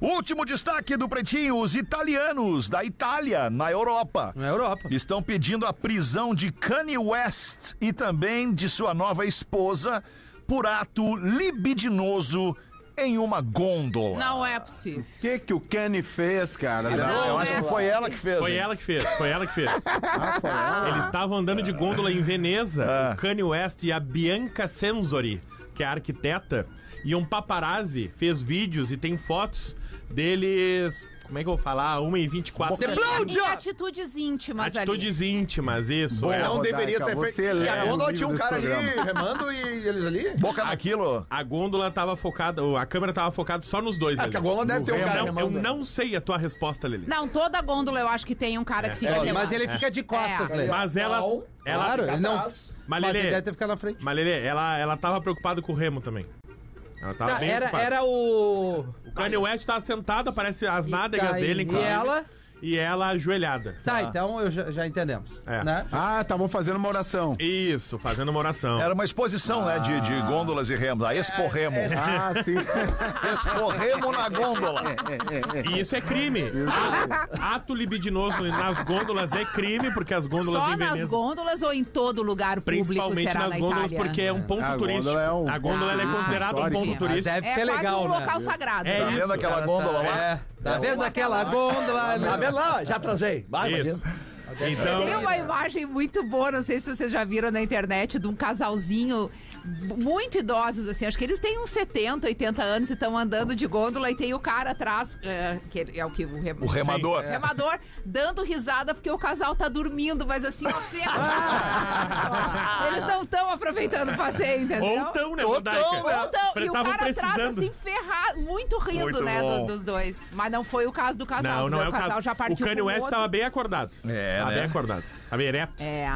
C: Último destaque do Pretinho: os italianos da Itália, na Europa.
E: Na Europa.
C: Estão pedindo a prisão de Kanye West e também de sua nova esposa por ato libidinoso em uma gôndola.
D: Não é possível.
H: O que que o Kenny fez, cara? Ah,
D: Não,
C: Eu acho
D: é.
C: que foi ela que fez.
G: Foi
C: hein?
G: ela que fez, foi ela que fez.
H: Ah,
G: Eles estavam andando de gôndola em Veneza, o Kanye West e a Bianca Sensori, que é a arquiteta, e um paparazzi fez vídeos e tem fotos deles, como é que eu vou falar? 1h24.
D: E-
G: da
D: E, atitudes íntimas ali.
G: Atitudes íntimas, isso.
H: Bom,
G: é.
F: Não
H: Rodaica,
F: deveria ter
H: você
F: feito.
H: lê
F: E a
H: o
F: gôndola
H: livro
F: tinha um
H: desse
F: cara ali
H: programa.
F: remando e eles ali.
C: Boca naquilo.
G: A gôndola tava focada, a câmera tava focada só nos dois.
F: Ah,
G: ali.
F: que a gôndola deve
G: No
F: ter um
G: remo.
F: cara
G: Não, Eu
F: remando.
G: não sei a tua resposta, Lili.
D: Não, toda gôndola eu acho que tem um cara que fica
E: Ó,
D: remando.
E: É, mas ele fica de costas,
D: É.
E: né?
G: Mas ela.
F: Não,
G: ela
E: claro, ele não.
F: atrás.
G: Mas,
E: Mas ele
G: Lelê,
E: deve ter ficado na frente.
G: mas, Lelê, ela, ela tava preocupada com o Remo também. Ela tava
E: Tá,
G: bem
E: era,
G: preocupada.
E: era o.
G: O Kanye West tava sentado, aparece as nádegas
E: daí-
G: dele, então. inclusive.
E: E ela.
G: E ela ajoelhada.
E: Tá, então eu já, já entendemos.
G: É.
E: Né?
H: Ah, estavam fazendo uma oração.
G: Isso, fazendo uma oração.
C: Era uma exposição, né? De, de gôndolas e remos. A
D: É,
C: Expo Remo.
H: Ah, sim.
C: Expo Remo na gôndola.
G: E isso é crime. Ato libidinoso nas gôndolas é crime, porque as gôndolas
D: Só
G: em
D: nas
G: Veneza...
D: gôndolas ou em todo lugar público
G: assim, Principalmente
D: será
G: nas
D: na
G: gôndolas,
D: Itália?
G: porque é um ponto
H: A
G: turístico.
H: gôndola é um-
G: A gôndola ela é
D: Ah,
G: considerada um
H: histórico.
G: ponto
E: Mas
G: turístico.
E: deve
D: É
E: ser
D: quase
E: legal,
D: um
E: né?
D: local sagrado.
G: É
C: Tá
G: isso.
C: vendo aquela
E: Cara,
C: gôndola
E: tá,
C: lá?
E: É, tá vendo aquela gôndola?
F: Tá
E: ali?
F: vendo lá? Já atrasei. Vai,
G: Isso.
F: imagina.
G: Então,
D: Tem uma imagem muito boa, não sei se vocês já viram na internet, de um casalzinho muito idosos, assim. Acho que eles têm uns 70, 80 anos e estão andando de gôndola e tem o cara atrás, é, que ele- é o que o, rem-
C: O remador.
D: o remador, dando risada porque o casal tá dormindo, mas assim, ó, ferrado. Eles não estão aproveitando o passeio, entendeu?
G: Ah! Ou tão, né, Rodaica?
D: Ou tão, e o
G: Tava
D: cara atrás, assim, ferrado, muito rindo,
G: Muito
D: né,
G: bom.
D: do- dos dois. Mas não foi o caso do casal.
G: Não, não
D: entendeu?
G: é o caso.
D: casal já
G: o
D: partiu
G: Kanye
D: pro
G: West
D: outro.
G: tava bem acordado.
C: É,
G: Tava
C: né?
G: bem né? acordado. Tava ereto.
D: É.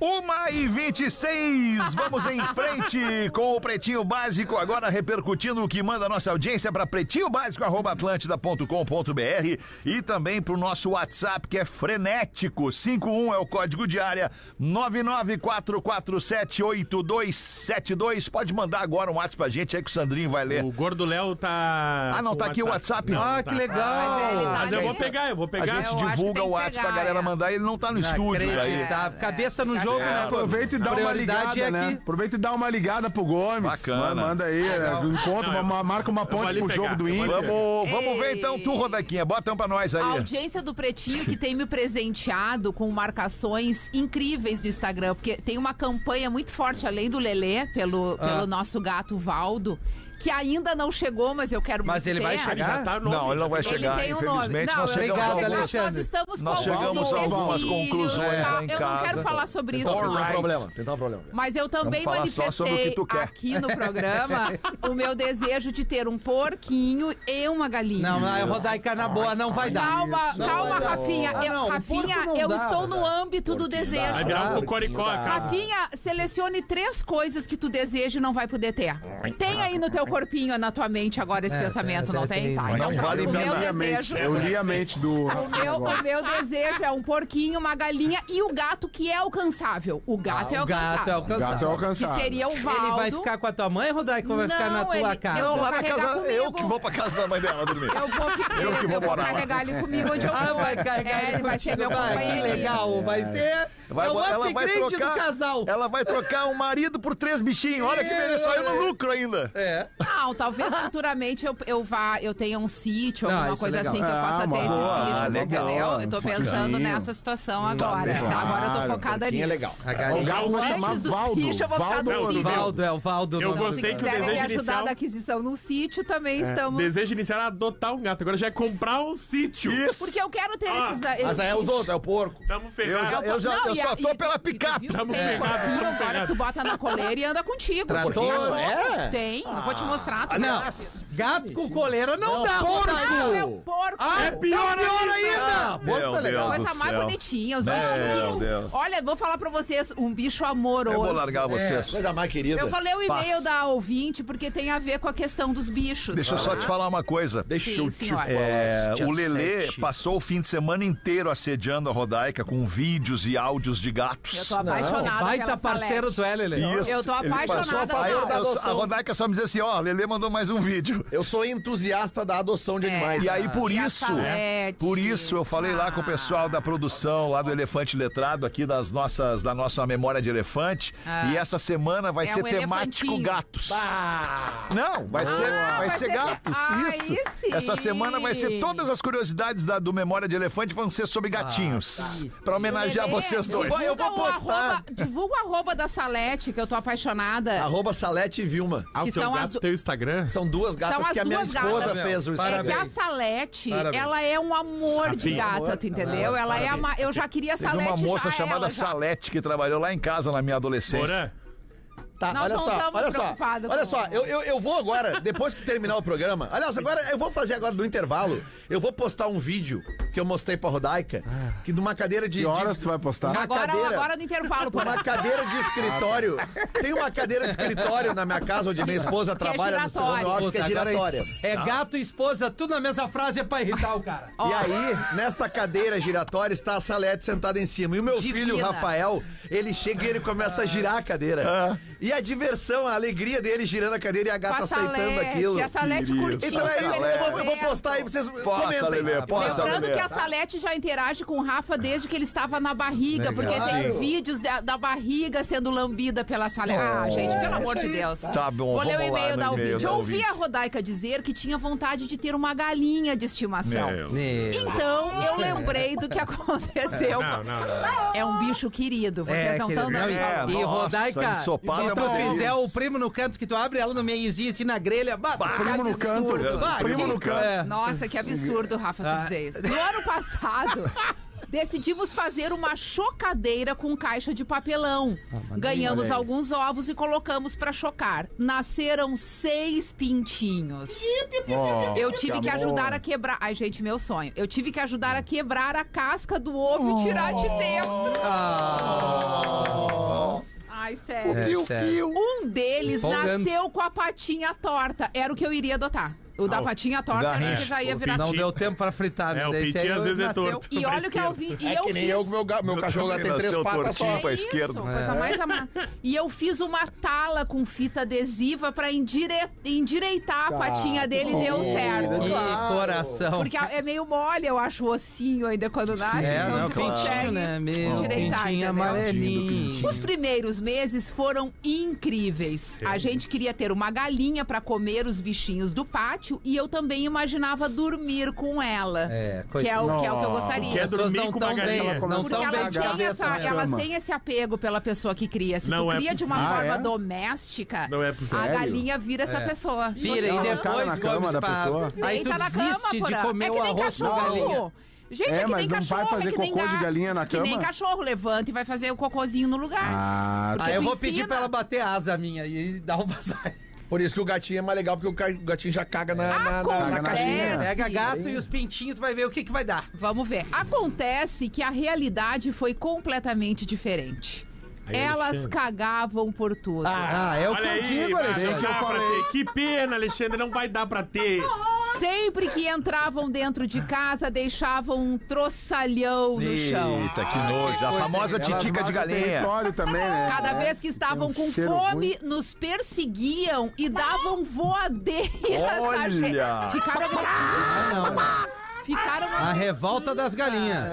C: Uma e 26, vamos em frente com o Pretinho Básico, agora repercutindo o que manda a nossa audiência para pretinhobásico.atlântida.com.br e também para o nosso WhatsApp que é frenético, 51 é o código de área, 994478272. Pode mandar agora um WhatsApp para gente aí que o Sandrinho vai ler.
G: O gordo Léo tá.
C: É. Ah, não, tá aqui o WhatsApp?
G: Não,
E: Ah,
G: tá.
E: que legal.
D: Mas ele tá
G: Mas eu
D: ali.
G: vou pegar, eu vou
C: A
G: pegar.
D: É,
C: gente
D: eu acho que
C: divulga
D: tem
C: o
D: que
C: WhatsApp para
D: pegar,
C: galera
D: é.
C: mandar, ele não tá no estúdio daí.
E: Acreditável.
D: É,
E: Cabeça no
D: é.
E: jogo, né, Rodolfo?
H: Aproveita e dá uma
E: Prioridade
H: ligada,
E: é
H: né?
E: aqui.
H: Aproveita e dá uma ligada pro Gomes.
C: Bacana.
H: Ma- Manda aí,
E: Legal.
H: um encontro,
G: Não, eu-
H: uma- marca uma
G: vou
H: ponte
G: ali
H: pro
G: pegar,
H: jogo do
G: eu vou ali
H: Inter.
C: Vamos, vamos ver então tu,
D: Ei.
C: Rodaquinha, bota um pra nós aí.
D: A audiência do Pretinho que tem me presenteado com marcações incríveis do Instagram, porque tem uma campanha muito forte, além do Lelê, pelo,
E: Ah.
D: pelo nosso gato Valdo, que ainda não chegou, mas eu quero
E: Mas
D: muito
E: ele vai
D: ter.
G: Ele
E: chegar?
G: já tá no.
C: Não, ele não vai
D: Ele
C: chegar,
D: tem um nome.
C: infelizmente.
D: Não,
C: nós
D: eu-
C: chegamos
E: Obrigado,
C: a algum-
E: Alexandre.
D: Nós estamos
C: Nós
D: com
C: chegamos a algumas
D: empecilhos,
C: conclusões
D: tá?
C: lá em
D: Eu não
C: casa.
D: quero falar sobre isso.
C: All
D: não.
C: right.
F: tentar um problema.
D: Mas eu também
C: Vamos falar só sobre o que
D: manifestei
C: tu quer.
D: aqui no programa o meu desejo de ter um porquinho e uma galinha.
E: Não, a Rodaica, na boa, não vai dar.
D: Calma,
E: Não
D: calma,
E: vai dar.
D: Rafinha.
E: Ah,
D: eu,
E: não,
D: Rafinha,
E: porco não
D: eu
E: dá,
D: estou
E: dá.
D: no âmbito do
G: Vai
D: desejo.
G: virar um cocoricó, cara.
D: Rafinha, selecione três coisas que tu deseja e não vai poder ter. Tem aí no teu corpinho, na tua mente agora esse
E: É,
D: pensamento,
E: é,
D: não
E: é,
D: tem?
E: tem,
D: Tá,
E: mas
D: então
C: não
D: tá.
C: vale
D: o
H: Eu
D: meu
H: li a mente.
D: desejo...
E: é
D: é
H: Eu li a mente do.
D: O meu, o meu desejo é um porquinho, uma galinha e o gato que é alcançável. O gato é
E: o
D: alcançável.
E: gato é
H: O gato é
E: alcançado.
H: alcançado.
D: Que seria o Valdo.
E: Ele vai ficar com a tua mãe, Rodaica, ou vai ficar na
D: Não,
E: tua
D: ele-
E: casa?
D: eu
C: Não,
D: vou
C: lá na
D: carregar
C: casa,
D: comigo.
C: eu que vou pra casa da mãe dela dormir.
D: Eu vou ficar,
C: Eu que vou
D: eu vou
C: morar lá.
D: carregar ele comigo onde eu
E: Ah,
D: vou.
E: vai carregar
D: é, ele vai ser meu
E: contigo. Ah,
D: companheiro.
E: Que legal, vai ser é o
C: ela vai
E: upgrade
C: trocar-
E: do casal.
H: É
C: Ela vai trocar o marido por três bichinhos. Olha que
D: É.
C: ele saiu no lucro ainda.
E: É.
D: Não, talvez futuramente eu, eu vá, eu tenha um sítio,
E: Não,
D: alguma
E: isso é
D: coisa
E: legal.
D: assim que eu possa
H: Ah,
D: ter
H: uma
D: esses
H: boa,
D: bichos,
C: ah, legal.
D: entendeu? Eu tô
H: Um
D: pensando
H: pouquinho.
D: nessa situação agora.
H: bem,
D: Então agora eu
H: claro,
D: tô focada
H: porquinho é
D: nisso.
H: legal.
E: A
H: O
E: galinha.
H: gato vai
D: Antes
H: chamar
D: do
H: Valdo.
D: bicho, eu vou ficar
H: Valdo.
D: no
G: Valdo.
E: O
D: sítio.
E: Valdo, é o Valdo.
G: Eu
E: não,
D: Se
G: gostei que o
D: quiserem me
G: desejo
D: ajudar
G: inicial-
D: na aquisição no sítio, também estamos.
G: Desejo inicial era adotar um gato. Agora já é comprar um sítio.
C: Isso.
D: Porque eu quero ter
G: Ah,
D: esses. esses
F: Mas aí é os outros, é o porco.
G: Tamo
C: Eu já,
G: ferrado.
C: eu já-
D: Não,
C: eu
D: e
C: só
D: a-
C: tô
D: e-
C: pela
D: e-
C: picape.
D: viu?
G: Tamo
D: Tem
G: ferrado,
D: porquinho
G: tamo
D: agora
G: ferrado.
D: que tu bota na coleira e anda contigo.
E: Trator,
D: Cachorro,
F: é?
D: Tem, eu vou te mostrar. tu
E: Não,
D: vai-
E: gato com coleira não
F: Não,
E: dá,
F: porco!
E: Rodaica.
D: Não, é o porco.
E: Ah, é
G: tá
E: pior, ainda.
F: Ah, porco é legal.
D: Coisa mais bonitinha, os
C: Meu
D: bichinhos.
C: Deus.
D: Olha, vou falar pra vocês, um bicho amoroso.
C: Eu vou largar
D: é.
C: vocês.
F: Coisa mais querida.
D: Eu falei o
C: Passa.
D: e-mail da ouvinte porque tem a ver com a questão dos bichos.
C: Deixa eu só te falar uma coisa.
F: Deixa
D: Sim,
F: eu te
D: senhora.
C: É,
E: Dia
C: o Lelê
E: sete.
C: passou o fim de semana inteiro assediando a Rodaica com vídeos e áudios de
D: Eu
C: gatos.
D: tô apaixonada
E: Baita
D: pela
E: parceiro tu
D: Salete.
E: é, Lelê.
D: Eu tô
C: Ele passou
D: apaixonada
C: a-
D: pela
C: eu- eu-
F: adoção.
C: A Rodaica só me diz assim, ó, Lelê mandou mais um vídeo.
F: Eu sou entusiasta da adoção de
D: É.
F: animais.
C: E aí, por
D: E a
C: isso,
D: Salete.
C: por isso eu falei lá com o pessoal da produção, lá do Elefante Letrado, aqui das nossas, da nossa memória de elefante.
D: Ah.
C: E essa semana vai
D: É
C: ser
D: um
C: temático
D: elefantinho.
C: gatos.
E: Ah,
C: Não, vai ser, vai
D: vai
C: ser
D: ser-
C: gatos.
D: Ah,
C: isso.
D: aí sim.
C: Essa semana vai ser todas as curiosidades da, do Memória de Elefante vão ser sobre
D: Ah,
C: gatinhos.
D: tá.
C: Pra homenagear
D: Lelê,
C: vocês dois.
D: Ah, divulga
F: Eu vou
D: o
F: postar.
D: arroba- Divulga o arroba da Salete, que eu tô apaixonada.
F: É. Arroba Salete e Vilma.
G: Ah,
D: que
G: o teu
D: são as
G: gato
D: do-
G: tem o Instagram?
F: São duas gatas
D: São as
F: que a minha
D: duas
F: esposa
D: gatas.
F: fez
D: É
F: o
D: que
E: Parabéns.
D: a Salete,
E: Parabéns.
D: ela é um amor de
G: Rafinha.
D: gata, tu entendeu?
E: Ah,
D: Ela é uma. Eu já queria
C: Teve
D: Salete.
C: uma moça
D: já é
C: chamada
D: ela, já.
C: Salete que trabalhou lá em casa na minha adolescência.
G: Porã.
F: Tá,
D: Nós
F: olha
D: não
F: só,
D: tamo
F: olha só.
D: preocupado
F: Olha
D: com-
F: só, eu, eu, eu vou agora, depois que terminar o programa. Aliás, agora eu vou fazer agora do intervalo. Eu vou postar um vídeo que eu mostrei pra Rodaica, que de uma cadeira de.
H: Que horas
F: de-
H: tu vai postar?
F: Uma
D: Agora,
F: cadeira.
D: agora no intervalo, porra.
F: Uma cadeira de escritório. Tem uma cadeira de escritório na minha casa onde minha esposa
D: Que é
F: trabalha no segundo
D: giratória.
F: hora, que é
E: agora
F: giratória.
E: isso- É gato e esposa, tudo na mesma frase é pra irritar o cara.
F: E aí, nesta cadeira giratória, está a Salete sentada em cima. E o meu
D: Divina.
F: filho, Rafael, ele chega e ele começa a girar a
C: Ah.
F: cadeira. E a diversão, a alegria dele girando a cadeira e a gata
D: Com a
F: aceitando
D: Salete,
F: aquilo.
D: e a Salete
C: Isso.
D: curtindo.
F: Então é isso, eu vou, eu vou postar aí, vocês
C: Posta,
F: comentem.
C: Lelê, posta,
D: Lembrando
C: Lelê.
D: que
F: tá?
D: a Salete já interage com o Rafa desde que ele estava na barriga, porque tem vídeos da, da barriga sendo lambida pela Salete. Ah, gente, pelo amor de Deus.
C: Tá bom,
D: Vou ler o
C: vamos lá no
D: e-mail da
C: e-mail
D: ouvinte.
C: da
D: Eu ouvi
C: ouvinte.
D: a Rodaica dizer que tinha vontade de ter uma galinha de estimação. Então, eu lembrei do
F: É.
D: que aconteceu.
G: Não, não, não.
D: É um bicho querido, vocês
E: É,
D: não
E: querido,
D: estão
E: não,
D: dando
E: e-
F: É,
D: valor.
E: E
C: nossa,
E: Rodaica,
C: ensopado
E: aí tu
C: bateria.
E: fizer o primo no canto que tu abre ela no meiozinho assim na grelha, bata.
H: Primo no canto.
D: Bah,
H: Primo
D: que-
H: no canto.
E: É.
D: Nossa, que absurdo, Rafa, tu
E: Ah.
D: dizer isso. No ano passado, decidimos fazer uma chocadeira com caixa de papelão. Ganhamos alguns ovos e colocamos pra chocar. Nasceram seis pintinhos. Eu tive que Hum. ajudar a quebrar. Ai, gente, meu sonho. Eu tive que ajudar a quebrar a casca do ovo e tirar de dentro. Ai, sério.
E: É, sério.
D: Um deles
E: Empolgante.
D: nasceu com a patinha torta. Era o que eu iria adotar. Ah, O da patinha torta era o que já ia virar
E: Não
G: Piti.
E: deu tempo pra fritar, né?
G: É, o
E: Daí esse
G: Piti
E: aí
G: às vezes é
E: nasceu-
G: torto.
D: E olha o É que eu vi. E
E: É
D: eu
F: que nem
D: fiz. É
F: eu, meu, ga- meu cachorro lá tem três
C: Nasceu
F: patas só.
C: tortinho. pra
D: isso,
C: esquerda.
D: coisa mais amada. E eu fiz uma tala com fita adesiva pra endire- endireitar a patinha dele e deu certo.
E: Que
F: Claro.
E: coração.
D: Porque é meio mole, eu acho, o ossinho ainda quando nasce.
E: É,
D: então
E: não,
D: tu
E: pintinho,
D: consegue
E: né? é Meu,
D: endireitar,
E: pintinho
D: entendeu?
E: amarelinho.
D: Os primeiros meses foram incríveis. A gente queria ter uma galinha pra comer os bichinhos do pátio e eu também imaginava dormir com ela.
E: É,
D: que, é o, que é o que eu gostaria.
G: Que é
E: As pessoas
G: dormir
E: não
G: com uma
E: tão bem,
G: galinha.
E: não
D: Porque
E: tão bem
D: elas
E: de
D: têm,
E: cabeça.
D: essa,
E: né?
D: elas
H: cama.
D: têm esse apego pela pessoa que cria. Se
G: Não
D: tu
G: é
D: cria de uma
G: possível.
D: forma
H: Ah, é?
D: doméstica,
G: Não é possível.
D: a galinha vira essa pessoa.
E: Vira e
D: Não,
H: Cara
E: depois
H: na cama
E: Gomes,
H: da
E: pá,
H: pessoa.
E: Aí tu
D: deita na cama,
E: desiste de
D: porra.
E: comer
D: é
E: o
D: que nem
E: arroz com
D: cachorro.
E: galinha.
D: Gente,
H: É,
D: é, que
H: mas
D: nem
H: não vai
D: cachorro,
H: fazer
D: é que nem
H: cocô de
D: gato.
H: galinha na
D: Que nem
H: cama?
D: cachorro levanta e vai fazer o cocôzinho no lugar.
H: Ah,
E: Aí eu
D: tu
E: vou
D: ensina.
E: pedir pra ela bater asa minha e dar um vazar.
F: Por isso que o gatinho é mais legal, porque o ca- o gatinho já caga na, na, na- na
H: Caga na
F: caixinha.
D: Acontece.
E: Pega gato e os pintinhos, tu vai ver o que, que vai dar.
D: Vamos ver. Acontece que a realidade foi completamente diferente. Elas cagavam por tudo.
E: Ah, é o que
G: Olha
E: eu
G: aí,
E: digo,
G: vai,
E: Alexandre.
G: não dá pra ter. Que pena, Alexandre, não vai dar pra ter.
D: Sempre que entravam dentro de casa, deixavam um troçalhão no chão.
C: Eita, que nojo. A famosa titica de galinha.
H: território também, né?
D: Cada vez que estavam
C: Então,
D: com
H: cheiro
D: fome, nos perseguiam e davam voadeiras na gente.
H: Olha!
D: Ficaram agressivos.
E: Ah,
H: né?
E: não.
D: Ficaram
E: A
D: agressivas.
E: revolta das galinhas.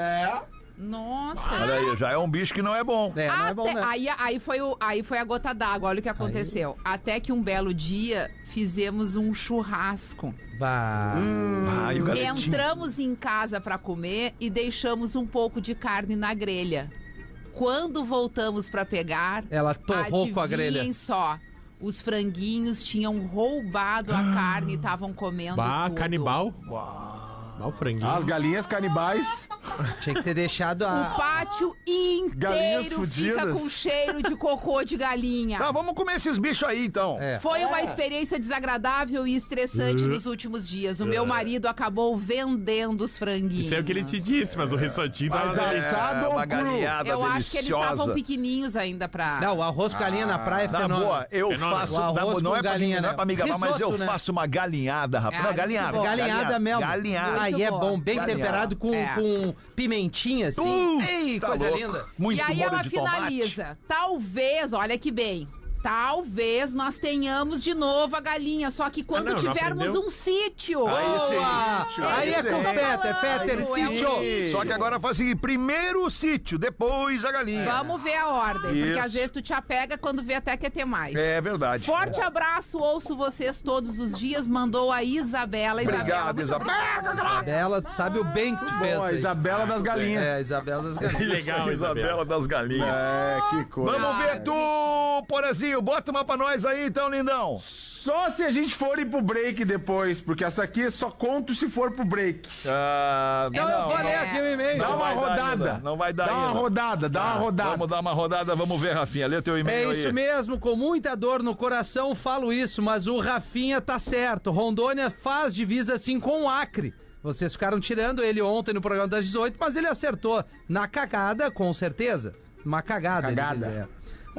D: Nossa.
C: Olha aí, já é um bicho que não é bom.
E: É, não é
D: Até-
E: bom, né?
D: aí, aí, foi o- aí foi a gota d'água, olha o que aconteceu. Até que um belo dia fizemos um churrasco.
E: Bah.
H: Hum.
C: Ai, o galetinho.
D: Entramos em casa pra comer e deixamos um pouco de carne na grelha. Quando voltamos pra pegar,
E: Ela É, torrou com a grelha.
D: adivinhem só. Os franguinhos tinham roubado a carne e estavam comendo
G: Bah,
D: tudo.
G: canibal. Bah, o franguinho.
H: As galinhas canibais.
E: Tinha que ter deixado
D: O
E: a.
D: pátio inteiro
H: Galinhas
D: fica
H: fudidas.
D: com cheiro de cocô de galinha.
H: Ah,
C: Tá, vamos comer esses bichos aí, então.
E: É.
D: Foi uma experiência desagradável e estressante nos últimos dias. O meu marido acabou vendendo os franguinhos.
G: Isso é o que ele te disse, mas o tá ressotinho tava
H: Mas
G: delícia.
H: assado ou
C: é uma
H: cru?
C: galinhada
D: Eu acho que eles estavam
C: deliciosa.
D: pequenininhos ainda pra...
E: Não, o arroz com galinha na praia é
C: Na
E: fenômeno.
C: Ah, boa, eu
G: Fenômeno.
C: faço.
E: O
C: na
E: arroz
C: boa, não,
E: com
C: é pra
E: galinha,
C: mim, não é
E: né?
C: pra me gabar, mas
E: Risoto,
C: eu
E: né?
C: faço uma galinhada, rapaz.
D: Ah,
C: Não, galinhada.
D: muito bom.
E: Galinhada mesmo.
C: Galinhada.
E: Aí é
D: Muito boa.
E: bom, bem
C: Galinhada.
E: temperado com,
D: É.
E: com pimentinha, assim.
C: Putz,
E: Ei,
C: tá
E: coisa
C: louco.
E: linda.
C: Muito
D: e aí
C: molho
D: ela
C: de
D: finaliza. Talvez, olha que bem. Talvez nós tenhamos de novo a galinha, só que quando
G: Ah, não, não
D: tivermos
G: aprendeu?
D: um sítio.
C: Aí sim.
E: Boa! Aí é
C: Aí
E: com
C: sim.
E: feta, é feta,
D: Aí
E: é
D: sim.
E: sítio.
C: tomate. Só que agora faz o seguinte: primeiro o sítio, depois a galinha.
D: Vamos ver a ordem, porque
C: Isso.
D: às vezes tu te apega quando vê até que ter mais.
C: É verdade.
D: Forte abraço, ouço vocês todos os dias. Mandou a Isabela. Isabela,
C: Obrigado,
D: muito
C: Isabela.
E: Isabela, tu sabe o bem que tu fez.
H: Bom, a
E: aí.
H: Isabela das galinhas.
E: É, a Isabela das galinhas.
G: Legal, Isabela.
C: das galinhas.
H: É, que coisa.
C: Vamos
D: Ah,
C: ver tu, Porazinho. Bota uma pra nós aí, então, lindão.
H: Só se a gente for ir pro break depois, porque essa aqui só conto se for pro break.
G: Ah,
E: Então eu vou ler aqui o e-mail.
H: Dá uma
C: vai dar
H: rodada.
C: ainda, não vai dar
H: Dá uma
C: ainda.
H: rodada, dá uma rodada.
C: Vamos dar uma rodada, vamos ver, Rafinha. Lê teu
E: É
C: e-mail aí.
E: isso mesmo, com muita dor no coração falo isso, mas o Rafinha tá certo. Rondônia faz divisa assim com o Acre. Vocês ficaram tirando ele ontem no programa das 18, mas ele acertou. Na cagada, com certeza. Uma cagada. ele
H: Cagada.
E: diz, é.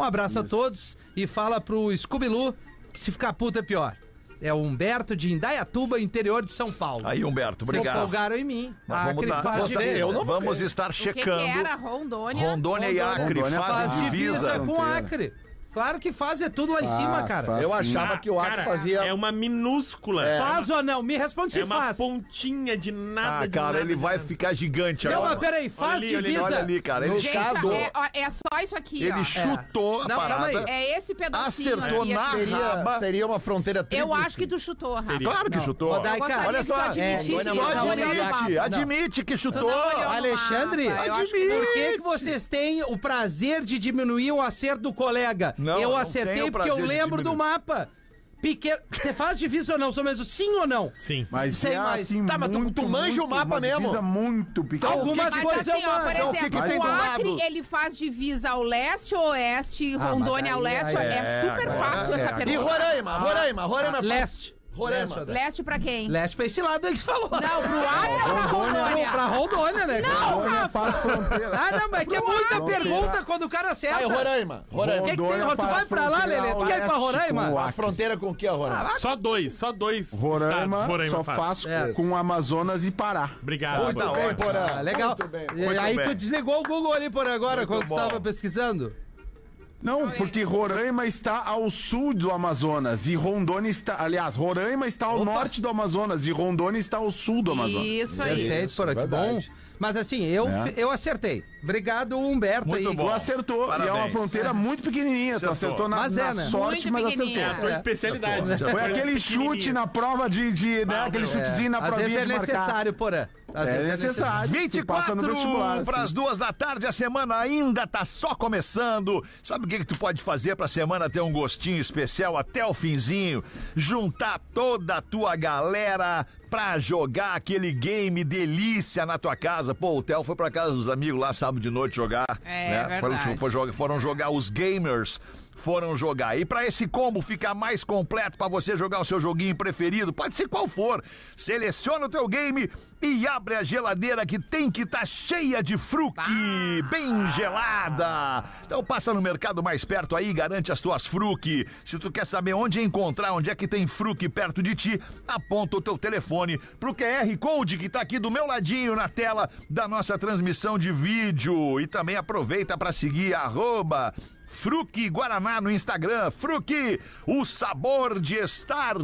E: Um abraço a todos e fala pro Scooby-Loo que se ficar puta é pior. É o Humberto de Indaiatuba, interior de São Paulo.
C: Aí, Humberto,
E: Vocês
C: obrigado.
E: folgaram em mim.
C: Nós vamos
E: Acre
C: dar-
E: faz
C: Você-
E: divisa.
C: eu não vou Ah, vamos estar
D: O que, que
C: checando
D: era Rondônia?
C: Rondônia e Acre,
H: Rondônia
C: faz
E: Faz divisa
C: divisa.
E: com o Acre. Claro que faz, é tudo lá em cima,
H: Faz,
E: cara.
H: faz.
F: Eu
H: Assim.
F: achava que o Acre
G: Cara,
F: fazia...
G: É uma minúscula. É,
E: Faz ou não? Me responde se
G: é uma
E: faz.
G: pontinha de nada.
C: Ah,
G: de
C: cara,
G: nada,
C: ele
G: de
C: vai
G: nada.
C: ficar gigante
E: Não, mas
C: agora.
E: peraí, faz
G: ali, olha ali,
E: divisa.
C: Olha ali, cara.
H: No
C: Ele, tá
D: Gente,
H: caso-
D: é, ó, é só isso aqui, ó.
C: ele chutou a
E: Não, calma aí.
C: parada.
D: É esse pedacinho
C: Acertou
D: aqui,
C: na
D: aqui.
C: raba.
F: seria, seria uma fronteira tríplice.
D: Eu acho que tu chutou, Rafa.
G: Seria.
C: Claro que chutou.
E: Ô, Dai,
D: Eu gostaria
E: cara,
C: olha
D: que
C: só.
D: tu admitisse.
E: É,
D: tu
C: Só
D: não olhou no mapa.
C: admite, admite que
D: Tu
C: chutou.
D: não olhou no
E: Alexandre,
D: mapa. Eu acho que-
E: Por que, que vocês têm o prazer de diminuir o acerto do colega?
C: Não,
E: eu
C: não tenho
E: acertei
C: o
E: porque
C: prazer
E: eu
C: de
E: lembro do
C: diminuir.
E: mapa. Pequeno. Você faz difícil ou não? Sou mesmo sim ou não?
G: Sim.
H: Mas
C: Ah,
E: Sei
H: é
E: mais. Então,
H: assim,
F: Tá, mas tu- tu manja o mapa
H: uma
F: mesmo?
H: divisa muito pequena.
E: Algumas
D: Mas
E: coisas
D: assim,
E: eu
D: ó, por
E: mando. Então,
D: exemplo,
H: É que que tem
D: o
H: do
D: Acre,
H: lado?
D: ele faz divisa ao leste ou oeste,
E: mas
D: Rondônia ao
E: daí-
D: leste.
E: aí
D: é,
H: é,
D: super
H: agora-
D: fácil
H: é,
D: essa
H: agora-
F: E
D: pergunta.
F: Roraima, Roraima, Roraima. é fácil.
E: Leste.
F: Roraima.
E: Leste,
D: Leste pra quem?
E: Leste pra esse lado aí que você falou.
D: Não, pro Acre ou pra
E: Não,
D: Rondônia?
E: pra Rondônia, né?
D: Não, Rafa!
H: Faz fronteira.
E: Ah, não, mas é que é muita
H: Rondônia.
E: pergunta quando o cara acerta.
F: Vai, Ah, Roraima.
E: O
F: Roraima.
E: que, que tem, Roraima? Tu
H: faz
E: vai pra lá,
H: fronteira
E: Lelê? Tu quer ir
H: ao
E: pra
H: leste com o
E: Roraima?
H: Acre.
F: A fronteira com o que, Roraima?
G: Só dois, só dois.
H: Roraima,
G: estados Roraima
H: só
G: faz.
H: faço
E: É.
H: com Amazonas e Pará.
G: Obrigado.
F: Muito
G: Porã.
F: bem, Porã.
E: Ah, legal.
F: Muito bem.
E: E
G: Muito
E: aí
G: bem.
E: tu desligou o Google ali por agora,
C: Muito
E: quando
C: bom.
E: tu tava pesquisando.
H: Não, porque Roraima está ao sul do Amazonas e Rondônia está. Aliás, Roraima está ao norte do Amazonas e Rondônia está ao sul do Amazonas.
D: Isso aí.
E: Perfeito, por que bom.
F: verdade.
E: Mas assim, eu,
H: Né?
E: eu acertei. Obrigado, Humberto.
G: Muito
E: aí.
H: Tu
G: bom.
H: acertou, e é uma
G: Parabéns.
H: fronteira muito pequenininha. Tu
G: Acertou.
H: acertou na,
E: Mas é,
H: na
E: né?
H: sorte,
D: Muito
H: mas
D: pequenininha.
H: acertou.
G: É a tua
E: É.
G: especialidade. né?
H: Foi aquele chute na prova de. de né,
G: Ah,
H: aquele
G: meu.
H: chutezinho na
E: Às
H: provinha
E: vezes é
H: de marcar.
E: necessário, porã. Às
H: É
E: vezes
H: necessário. se passa
C: 24
H: no vestibular,
C: para as
H: sim.
C: duas da tarde, a semana ainda tá só começando. Sabe o que, que tu pode fazer pra semana ter um gostinho especial até o finzinho? Juntar toda a tua galera pra jogar aquele game delícia na tua casa. Pô, o Theo foi pra casa dos amigos lá sábado de noite jogar.
D: É,
C: né?
D: é
C: Foram-
D: verdade.
C: foi joga- foram jogar os gamers foram jogar. E para esse combo ficar mais completo para você jogar o seu joguinho preferido, pode ser qual for, seleciona o teu game e abre a geladeira que tem que estar cheia de fruque, bem gelada. Então passa no mercado mais perto aí, e garante as tuas fruque. Se tu quer saber onde encontrar, onde é que tem fruque perto de ti, aponta o teu telefone pro QR Code que tá aqui do meu ladinho na tela da nossa transmissão de vídeo e também aproveita para seguir arroba Fruque Guaraná no Instagram. Fruque, o sabor de estar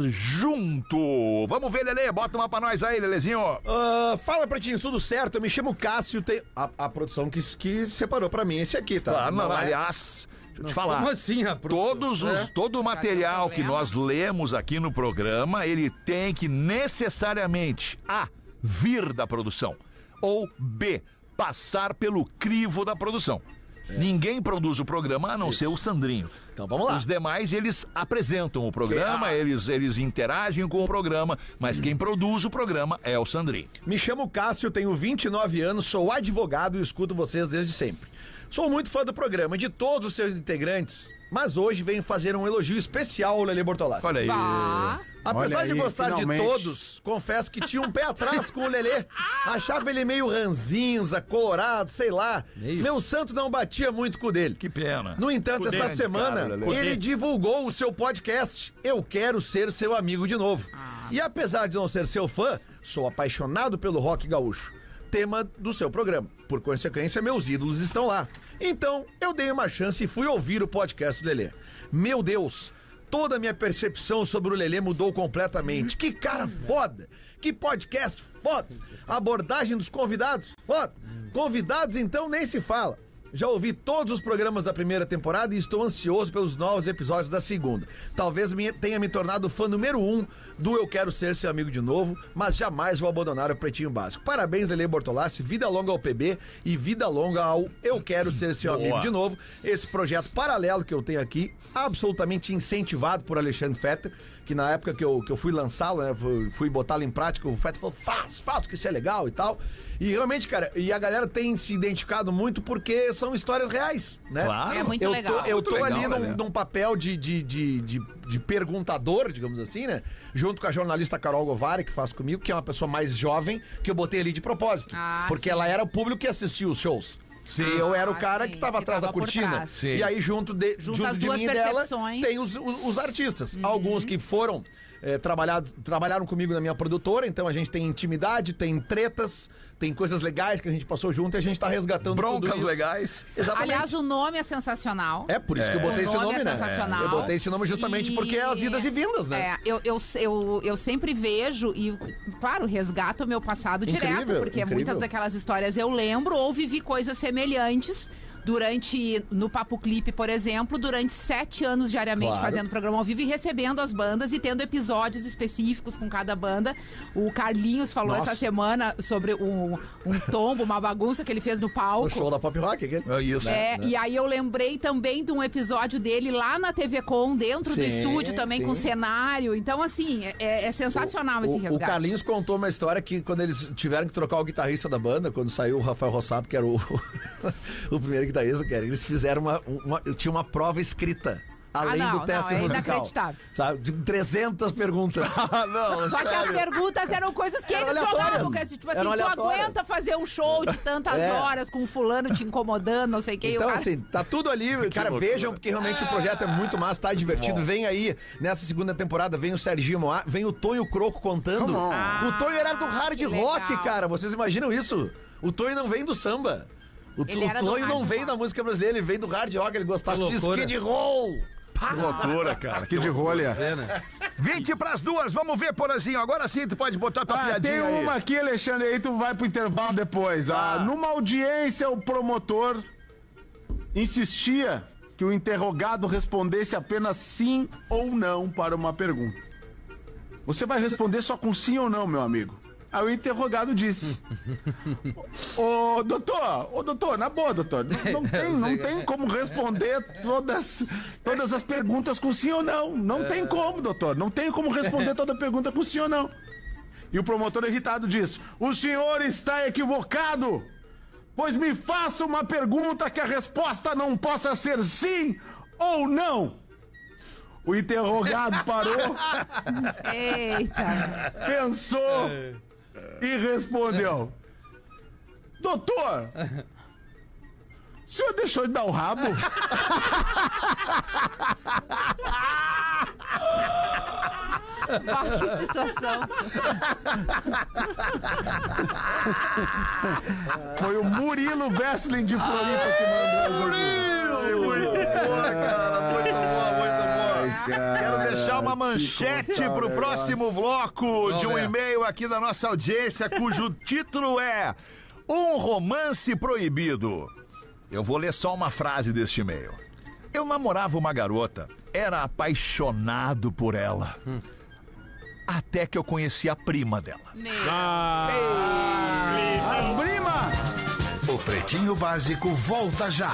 C: junto. Vamos ver, Lele. Bota uma pra nós aí, Lelezinho.
F: Ah, fala pra ti, tudo certo? Eu me chamo Cássio. Tem... A, a produção que, que separou pra mim esse aqui, tá?
C: Ah, não,
F: é-
C: aliás, deixa eu te falar.
E: Como assim, rapaz?
C: Todos os, todo o material que
D: problema?
C: nós lemos aqui no programa, ele tem que necessariamente A. Vir da produção. Ou B. Passar pelo crivo da produção. Ninguém produz o programa a não ser o Sandrinho.
F: Então vamos lá.
C: Os demais, eles apresentam o programa,
F: Ah.
C: eles, eles interagem com o programa, mas quem produz o programa é o Sandrinho.
F: Me chamo Cássio, tenho 29 anos, sou advogado e escuto vocês desde sempre. Sou muito fã do programa, e de todos os seus integrantes, mas hoje venho fazer um elogio especial ao Lelê Bortolassi.
C: Olha aí.
D: Bah.
F: Apesar
H: Olha
F: de
H: aí,
F: gostar
H: finalmente.
F: de todos, confesso que tinha um pé atrás com o Lelê. Achava ele meio ranzinza, colorado, sei lá.
E: Meio.
F: Meu santo não batia muito com o dele.
C: Que pena.
F: No entanto,
G: Cudê,
F: essa semana
G: cara, Lelê.
F: ele
G: Cudê.
F: divulgou o seu podcast Eu Quero Ser Seu Amigo de Novo. E apesar de não ser seu fã, sou apaixonado pelo rock gaúcho, tema do seu programa. Por consequência, meus ídolos estão lá. Então, eu dei uma chance e fui ouvir o podcast do Lelê. Meu Deus, toda a minha percepção sobre o Lelê mudou completamente. Que cara foda! Que podcast foda! Abordagem dos convidados, foda! Convidados, então, nem se fala. Já ouvi todos os programas da primeira temporada e estou ansioso pelos novos episódios da segunda. Talvez me tenha me tornado fã número um do Eu Quero Ser Seu Amigo de Novo, mas jamais vou abandonar o Pretinho Básico. Parabéns, Lele Bortolassi, vida longa ao PB e vida longa ao Eu Quero Ser Seu Amigo de Novo. Esse projeto paralelo que eu tenho aqui, absolutamente incentivado por Alexandre Fetter, que na época que eu, que eu fui lançá-lo, né, fui- fui botá-lo em prática, o Fetter falou, faz, faz, que isso é legal e tal. E realmente, cara, e a galera tem se identificado muito porque são histórias reais, né?
C: Claro.
D: É muito
F: eu
D: legal.
F: Tô, eu tô
C: Muito
F: ali
C: legal,
F: num,
C: né?
F: num papel de, de, de, de, de perguntador, digamos assim, né? Junto com a jornalista Carol Govari, que faz comigo, que é uma pessoa mais jovem, que eu botei ali de propósito.
D: Ah,
F: porque
D: sim.
F: ela era o público que assistia os shows. Sim. E eu era o
D: Ah,
F: cara
D: sim,
F: que tava
D: que
F: atrás
D: tava
F: da
D: por
F: cortina.
D: trás. Sim.
F: E aí, junto de,
D: Junto
F: junto
D: as
F: de
D: duas
F: mim e dela,
D: percepções. Uhum.
F: tem os, os- os artistas. Alguns que foram eh, trabalhado, trabalharam comigo na minha produtora, então a gente tem intimidade, tem tretas, tem coisas legais que a gente passou junto e a gente tá resgatando tudo
C: Broncas
F: isso.
C: legais.
F: Exatamente.
D: Aliás, o nome é sensacional.
F: É por isso que eu
D: O
F: botei esse
D: nome
F: nome,
D: é
F: né?
D: sensacional.
F: Eu botei esse nome justamente
D: E-
F: porque é as idas e vindas, né?
D: É, eu, eu, eu, eu sempre vejo e, claro, resgato o meu passado
F: Incrível,
D: direto, porque é
F: incrível.
D: muitas daquelas histórias eu lembro ou vivi coisas semelhantes. durante, no Papo Clipe, por exemplo, durante sete anos diariamente fazendo programa ao vivo e recebendo as bandas e tendo episódios específicos com cada banda. O Carlinhos falou essa semana sobre um, um tombo, uma bagunça que ele fez no palco.
F: O show da pop rock aqui.
C: É isso.
F: Né,
D: É, E aí eu lembrei também de um episódio dele lá na TV Com, dentro do
F: Sim,
D: estúdio também,
F: sim.
D: com cenário. Então, assim, é- é, é sensacional esse
F: O, o
D: resgate.
F: Carlinhos contou uma história que quando eles tiveram que trocar o guitarrista da banda, quando saiu o Rafael Rossato, que era o, o primeiro guitarrista, que era, eles fizeram uma, uma- Tinha uma prova escrita. Além
D: não,
F: do
D: não,
F: teste
D: é
F: musical.
D: inacreditável.
F: Sabe? De 300 perguntas. ah, não,
D: Só que as perguntas eram coisas que
F: Eram
D: eles
F: aleatórias.
D: jogavam, que, tipo assim,
F: Eram
D: tu
F: aleatórias.
D: aguenta fazer um show de tantas
F: É.
D: horas com fulano te incomodando, não sei o que.
F: Então,
D: o cara...
F: assim, tá tudo ali. cara, vejam, porque realmente o projeto é muito massa, tá divertido. Vem aí, nessa segunda temporada, vem o Serginho Moá, vem o Tonho Croco contando. o Tonho era do hard
D: que
F: rock,
D: legal.
F: cara. Vocês imaginam isso? O Tonho não vem do samba. O,
D: Ele
F: o
D: era do
F: Tonho não
D: hard
F: vem
D: rock.
F: da música brasileira, ele vem do hard rock, ele gostava
E: Que
F: de
E: loucura.
F: skid roll.
H: Que loucura, cara. Que É. de rolha.
E: Pena.
C: 20 pras duas, vamos ver, Porazinho. Agora sim, tu pode botar tua
H: Ah, tem
C: piadinha aí. Tá.
H: uma aqui, Alexandre, aí tu vai pro intervalo depois. Ah, numa audiência, o promotor insistia que o interrogado respondesse apenas sim ou não para uma pergunta. Você vai responder só com sim ou não, meu amigo. Aí o interrogado disse: Ô, doutor, ô, doutor, na boa, doutor, n- não, tem, não
C: é.
H: tem como responder todas, todas as perguntas com sim ou não. Não
C: É.
H: tem como, doutor, não tem como responder toda pergunta com sim ou não. E o promotor irritado diz: O senhor está equivocado, pois me faça uma pergunta que a resposta não possa ser sim ou não. O interrogado parou,
D: Eita.
H: pensou e respondeu: Doutor, o senhor deixou de dar o rabo?
D: Pá, que situação.
H: Foi o Murilo Wrestling de Floripa que mandou. Murilo!
C: Quero deixar uma manchete pro próximo bloco de um
E: ver.
C: e-mail aqui da nossa audiência, cujo título é Um Romance Proibido. Eu vou ler só uma frase deste e-mail. Eu namorava uma garota, era apaixonado por ela. Até que eu conheci a prima dela.
D: Meu.
G: Ah,
A: O Pretinho Básico volta já.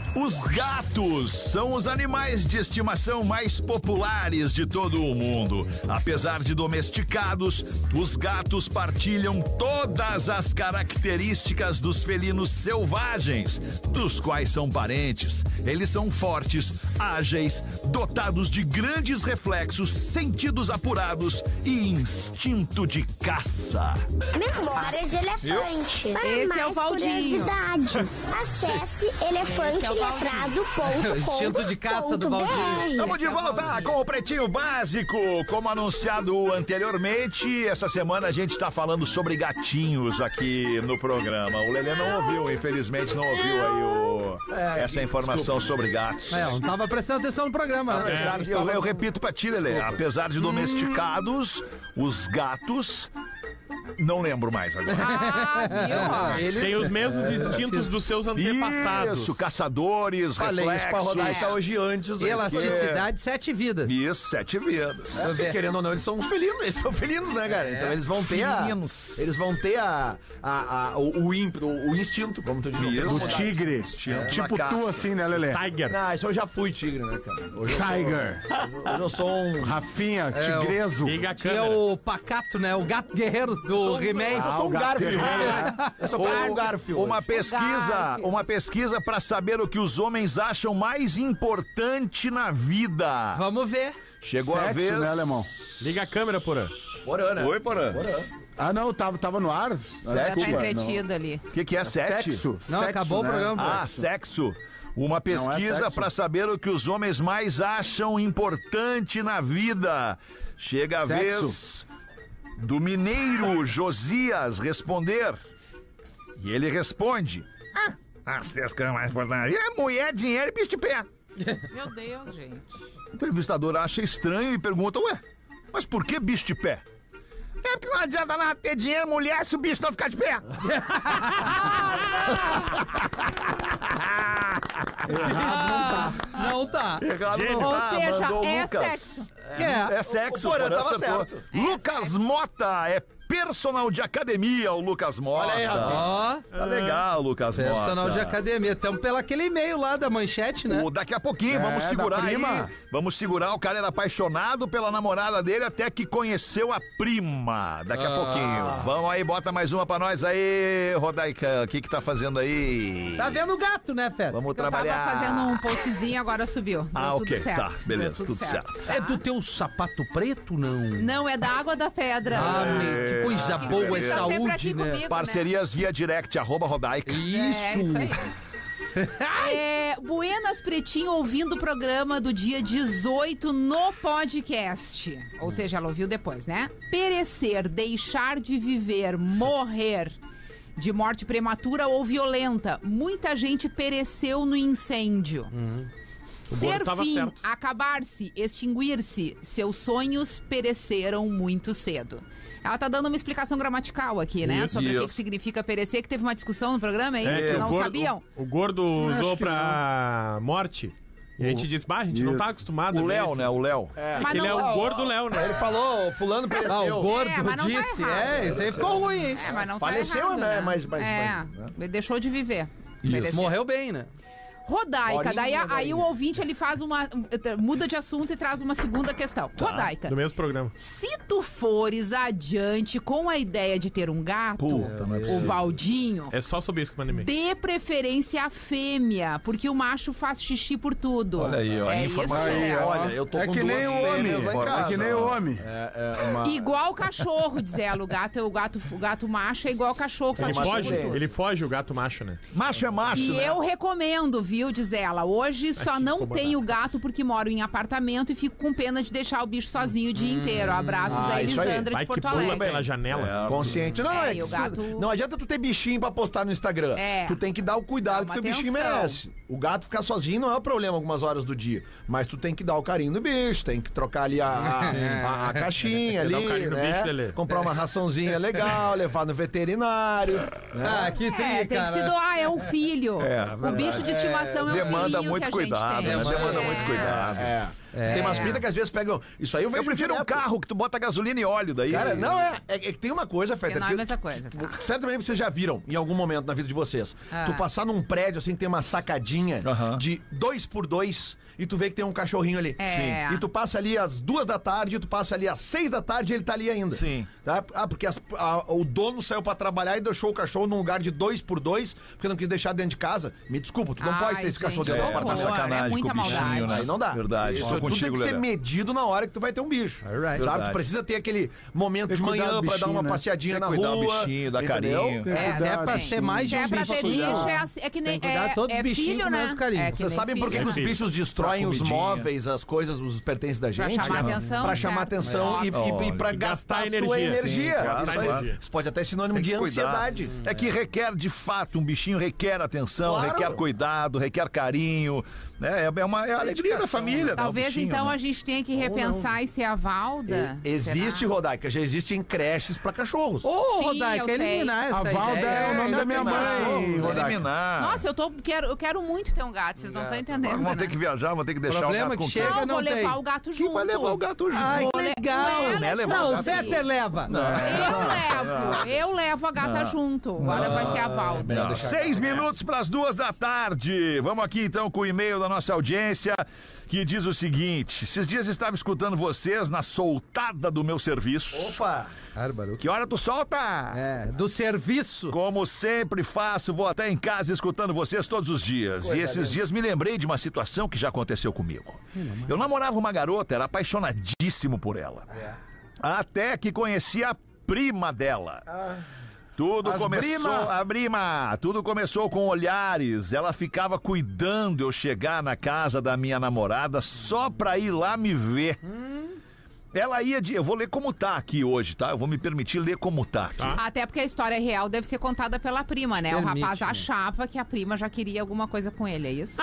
C: Os gatos são os animais de estimação mais populares de todo o mundo. Apesar de domesticados, os gatos partilham todas as características dos felinos selvagens, dos quais são parentes. Eles são fortes, ágeis, dotados de grandes reflexos, sentidos apurados e instinto de caça.
I: Memória de elefante. Para
D: Esse é o
I: mais
D: Valdinho.
I: curiosidades, acesse
E: É o instinto de caça do Valdinho.
I: elefanteletrado.com.br.
C: Estamos de volta com o Pretinho Básico. Como anunciado anteriormente, essa semana a gente está falando sobre gatinhos aqui no programa. O Lelê não ouviu, infelizmente não ouviu aí
F: É,
C: o- essa informação sobre gatos.
E: É, eu não tava prestando atenção no programa. né?
C: Apesar de- eu, eu repito pra ti, Lelê, apesar de domesticados, os gatos. Não lembro mais agora.
D: Ah, viu?
E: Ele-
G: Tem os mesmos instintos dos seus antepassados.
C: É, Isso, caçadores,
F: Falei isso pra rodar
C: reflexos.
F: até hoje antes. né?
E: Elasticidade, sete vidas.
C: Isso, sete vidas.
F: Porque, assim, querendo ou não, eles são uns felinos, eles são felinos, né, cara?
D: É.
F: Então eles vão ter a,
C: Felinos.
F: eles vão ter a, a- a- o, o ímpeto, o instinto, como tu disse.
H: O tigre.
F: É,
C: É
H: Tipo
C: da
H: tu
C: caça.
H: assim, né, Lelê?
C: Tá
G: Tiger.
F: Não, Ah, isso eu já fui tigre, né, cara? Hoje eu sou-
H: Tiger.
F: hoje eu sou um
C: É,
H: Rafinha, tigreso.
G: Liga a
E: Que é
G: câmera.
E: o pacato, né? O gato guerreiro do He-Man.
F: Eu sou um Garfield. Eu sou quase um Garfield.
C: Uma pesquisa,
D: Garfield.
C: uma pesquisa para saber o que os homens acham mais importante na vida.
E: Vamos ver.
C: Chegou a
H: Sexo,
C: vez.
H: né, alemão?
G: Liga a câmera, porã.
F: Porã, né?
C: Oi, Porã.
H: Ah, não, tava, tava no ar?
F: É
D: Já tá
H: Desculpa,
F: né?
D: entretido ali.
C: O que, que é sete?
H: Sexo.
E: Não,
H: sexo,
E: acabou
H: né?
E: o programa.
C: Ah, sexo. Uma pesquisa
H: sexo.
C: para saber o que os homens mais acham importante na vida. Chega a
H: Sexo.
C: vez do mineiro Josias responder. E ele responde: Ah, as três coisas mais importantes. É mulher, dinheiro e bicho de pé.
D: Meu Deus, gente.
C: O entrevistador acha estranho e pergunta: Ué, mas por que bicho de pé? É porque não adianta nada ter dinheiro, mulher, se o bicho não ficar de pé. Errado
E: Não tá.
C: não
D: Ou
C: tá,
D: seja,
C: mandou o
D: é
C: Lucas.
D: sexo.
E: É.
C: É sexo,
F: O Porã
C: Porã
F: tava
C: acertou.
F: certo.
C: Lucas Mota é personal de academia, o Lucas Mota.
F: Olha aí, Rafinha.
E: Ó,
C: Tá legal, Lucas Mota.
E: personal de academia. Estamos pelo aquele e-mail lá da manchete, né?
C: O- daqui a pouquinho, vamos
H: da
C: segurar aí.
H: prima.
C: Vamos segurar. O cara era apaixonado pela namorada dele até que conheceu a prima. Daqui a pouquinho. Vamos aí, bota mais uma pra nós aí, Rodaica. O que que tá fazendo aí?
E: Tá vendo o gato, né, Fera?
C: Vamos
D: Eu tava
C: trabalhar.
D: fazendo um postzinho, agora subiu. Deu
C: Ah,
D: tudo
C: ok,
D: certo.
C: tá, beleza,
D: Deu
C: tudo certo.
E: É do teu sapato preto, não?
D: Não, é da água da pedra.
E: Ah, meu, que coisa
D: Que
E: boa, é
D: vocês estão sempre aqui
E: saúde, né?
D: comigo,
C: Parcerias via direct, arroba Rodaica.
E: Isso!
D: É, isso aí. É, Buenas Pretinho ouvindo o programa do dia 18 no podcast. Ou seja, ela ouviu depois, né? Perecer, deixar de viver, morrer. De morte prematura ou violenta. Muita gente pereceu no incêndio. Ter
G: Gordo tava
D: fim,
G: certo.
D: acabar-se, extinguir-se. Seus sonhos pereceram muito cedo. Ela tá dando uma explicação gramatical aqui, né?
G: Isso,
D: Sobre o que
G: isso.
D: que, significa perecer, que teve uma discussão no programa, é isso?
G: É,
D: não
G: o gordo-
D: sabiam?
G: O, o gordo usou pra morte. E a gente disse, bah, a gente não
H: Isso.
G: tá acostumado a
C: O
G: ver
C: Léo,
G: esse-
C: né? O Léo.
D: Mas
G: Ele é
D: não- tá
G: o gordo Léo, né?
F: Ele falou, fulano pereceu.
E: Ah, o gordo
D: É, mas não tá
E: disse.
D: errado.
E: é, isso aí ficou ruim, hein?
D: É, mas não
F: Faleceu,
D: tá errado,
F: né? Mas- mas-
D: é,
F: mas-
D: ele deixou de viver.
H: é
D: Pereceu.
E: Morreu bem, né?
D: Rodaica,
F: Bolinha,
D: daí a- aí
F: bolinha.
D: o ouvinte ele faz uma um, muda de assunto e traz uma segunda questão.
F: Tá.
D: Rodaica,
G: Do mesmo programa.
D: se tu fores adiante com a ideia de ter um gato,
F: é
D: o Valdinho,
G: É só sobre isso que manda e-mail.
D: Dê preferência à fêmea, porque o macho faz xixi por tudo. Olha aí, ó. É
H: informação
D: isso,
H: aí,
D: né?
H: ó.
F: Olha, eu tô
H: é
F: com
H: que
F: duas
H: nem o homem.
F: fêmeas lá em
H: É
F: casa,
H: que nem o
F: ó.
H: homem.
D: Igual o cachorro, diz ela. O gato, é o gato, o gato macho é igual o cachorro, faz
G: Ele
D: xixi
G: foge,
D: por tudo.
G: ele foge, o gato macho, né?
C: Macho é macho,
D: E
C: né?
D: eu recomendo, viu, diz ela. Hoje só não tenho gato porque moro em apartamento e fico com pena de deixar o bicho sozinho o dia inteiro. Abraços da
F: Ah, isso aí.
D: Elisandra
G: Vai
D: de Porto
G: que pula
D: Alegre.
G: pela janela.
F: Consciente. Não,
D: É,
F: é,
D: e
F: que
D: o gato-
F: isso- não adianta tu ter bichinho pra postar no Instagram.
D: É.
F: Tu tem que dar o cuidado
D: Dá uma
F: que o bichinho
D: atenção.
F: merece. O gato ficar sozinho não é um problema algumas horas do dia. Mas tu tem que dar o carinho no bicho, tem que trocar ali a, a, a- a caixinha ali,
G: Dá o carinho no
F: né?
G: bicho, Lelê.
F: Comprar uma raçãozinha legal, levar no veterinário. né?
E: Ah, que tri,
D: É, tem que
E: cara.
D: se doar, é um filho. o bicho de estimação é, um filho.
C: Demanda
D: que a
C: muito
D: gente
C: cuidado,
D: tem.
C: né? Demanda
D: É.
C: muito cuidado.
F: É. Tem umas pintas que às vezes pegam. Isso aí eu vejo
C: Eu prefiro um
F: direto.
C: carro que tu bota gasolina e óleo daí.
F: Cara, não é. É, é que tem uma coisa,
D: Porque
F: Feta.
D: não é
F: que-
D: a mesma coisa, tá?
F: Certamente vocês já viram em algum momento na vida de vocês.
D: Ah.
F: Tu passar num prédio assim, tem uma sacadinha
C: Aham.
F: de dois por dois. E tu vê que tem um cachorrinho ali.
D: É.
F: E tu passa ali às duas da tarde, tu passa ali às seis da tarde e ele tá ali ainda.
C: Sim.
F: Tá? Ah, porque as- a- o dono saiu pra trabalhar e deixou o cachorro num lugar de dois por dois, porque não quis deixar dentro de casa. Me desculpa, tu não pode ter
D: Ai,
F: esse cachorro
D: gente,
F: dentro do
D: que
F: apartamento.
D: horror, É muita maldade.
F: Aí não dá.
C: Verdade,
F: Isso
C: tô
F: tudo
C: contigo,
F: tem que ser
C: Lelé.
F: medido na hora que tu vai ter um bicho.
E: Alright.
F: Sabe?
C: Verdade.
F: Tu precisa ter aquele momento de
H: cuidar
F: manhã
H: do
F: pra dar
H: bichinho,
F: uma
H: né?
F: passeadinha
C: Tem
F: na
C: que cuidar do
F: rua.
C: bichinho, dar
F: entendeu?
C: carinho.
H: Tem que
D: É,
H: cuidar
E: é pra
H: dos
E: ser mais
D: Se é
E: de
D: pra ter
E: bicho.
D: bicho, é, assim- é que nem.
E: Tem que cuidar
D: é,
E: todos os
D: é
E: bichinhos
D: filho,
E: com
D: né?
E: mais carinho.
D: É que
F: Vocês
D: nem
F: sabem por que,
D: filho,
F: que os
D: né?
F: bichos destroem os
C: comidinha.
F: móveis, as coisas, os pertences da gente?
D: chamar
F: cara?
D: atenção,
F: Pra chamar
D: né?
F: atenção e, e, e pra gastar,
G: E gastar
F: a sua
G: energia.
F: energia.
G: Sim, gastar
F: Isso aí.
G: energia.
F: Isso pode até ser sinônimo
C: Tem
F: de
C: que cuidar.
F: ansiedade.
C: É que requer, de fato, um bichinho requer atenção,
F: Claro.
C: requer cuidado, requer carinho. né? É uma é a alegria da família. né? O
D: Talvez
C: bichinho,
D: então
C: né?
D: a gente tenha que repensar e ser a Valda.
F: E- Existe,
D: Será?
F: Rodaica, já existem creches pra cachorros.
E: Ô,
D: Sim, eu
E: Rodaica,
D: sei.
E: eliminar essa
H: A Valda
E: ideia.
H: é o nome
E: Já
H: da minha
E: tem nada.
H: mãe.
C: Vou
E: é,
H: Rodaica.
C: eliminar.
D: Nossa, eu, tô, quero, eu quero muito ter um gato, vocês não estão
H: é
D: entendendo.
C: Vão ter
D: né?
C: que viajar, vão ter que deixar
E: Problema
C: o gato
E: que
C: com
E: chega-
D: Não,
E: não
D: vou
E: tem.
D: levar o gato
C: Quem
D: junto.
C: vai levar o gato junto?
E: Ai, que
D: Vou le-
E: legal.
D: Não, né, levar o
E: Não, o
D: gato
E: Vetter
D: junto.
E: leva.
D: Eu levo, eu levo a gata junto. Agora vai ser a Valda.
C: Não, Seis minutos para as duas da tarde. Vamos aqui então com o e-mail da nossa audiência que diz o seguinte: esses dias estava escutando vocês na soltada do meu serviço.
F: Opa!
C: Que hora tu solta?
E: É, do serviço.
C: Como sempre faço, vou até em casa escutando vocês todos os dias. e esses dias me lembrei de uma situação que já aconteceu comigo. Eu namorava uma garota, era apaixonadíssimo por ela. Até que conheci a prima dela. Tudo começou,
H: prima.
C: a prima, tudo começou com olhares. Ela ficava cuidando eu chegar na casa da minha namorada só pra ir lá me ver. Ela ia de, eu vou ler como tá aqui hoje, tá? Eu vou me permitir ler como tá aqui.
D: Até porque a história real deve ser contada pela prima, né? o
E: Permite,
D: rapaz
E: né?
D: achava que a prima já queria alguma coisa com ele, é isso?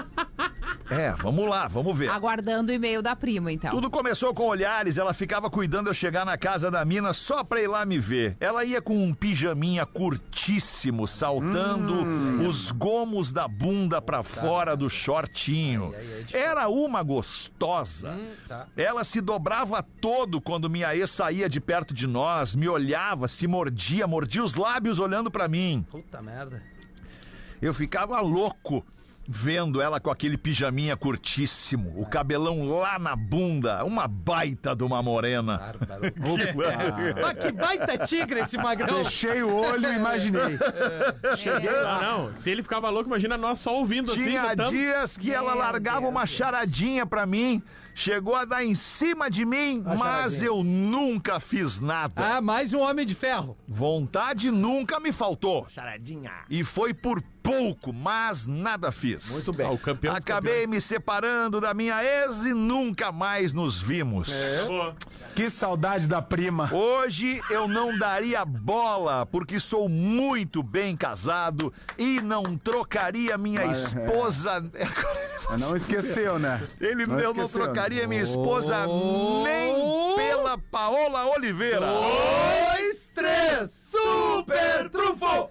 C: É, vamos lá, vamos ver.
D: Aguardando o e-mail da prima, então.
C: Tudo começou com olhares, ela ficava cuidando eu chegar na casa da mina só pra ir lá me ver. Ela ia com um pijaminha curtíssimo, saltando os gomos da bunda pra fora do shortinho. Era uma gostosa. Ela se dobrava todo quando minha ex saía de perto de nós, me olhava, se mordia, mordia os lábios olhando pra mim.
E: Puta merda.
C: Eu ficava louco vendo ela com aquele pijaminha curtíssimo, o cabelão lá na bunda, uma baita de uma morena.
E: Bárbaro. Mas que baita tigre esse magrão.
H: Fechei o olho e imaginei.
G: Ah, não. Se ele ficava louco, imagina nós só ouvindo
C: Tinha
G: assim. botando-
C: dias que ela
D: Meu
C: largava
D: Deus
C: uma
D: do céu.
C: charadinha pra mim, chegou a dar em cima de mim, mas eu nunca fiz nada.
E: Ah, mais um homem de ferro.
C: Vontade nunca me faltou.
G: Charadinha.
C: E foi por pouco, mas nada fiz.
F: Muito bem.
G: Ah, o campeão dos
C: Acabei
G: campeões.
C: me separando da minha ex e nunca mais nos vimos.
E: É?
G: Pô.
H: Que saudade da prima.
C: Hoje eu não daria bola, porque sou muito bem casado e não trocaria minha esposa.
H: Mas Não esqueceu, né?
C: Ele,
H: não
C: eu é. não Oh!
H: esqueceu,
C: trocaria minha esposa nem pela Paola Oliveira. Oh!
E: Dois, três, super trufo!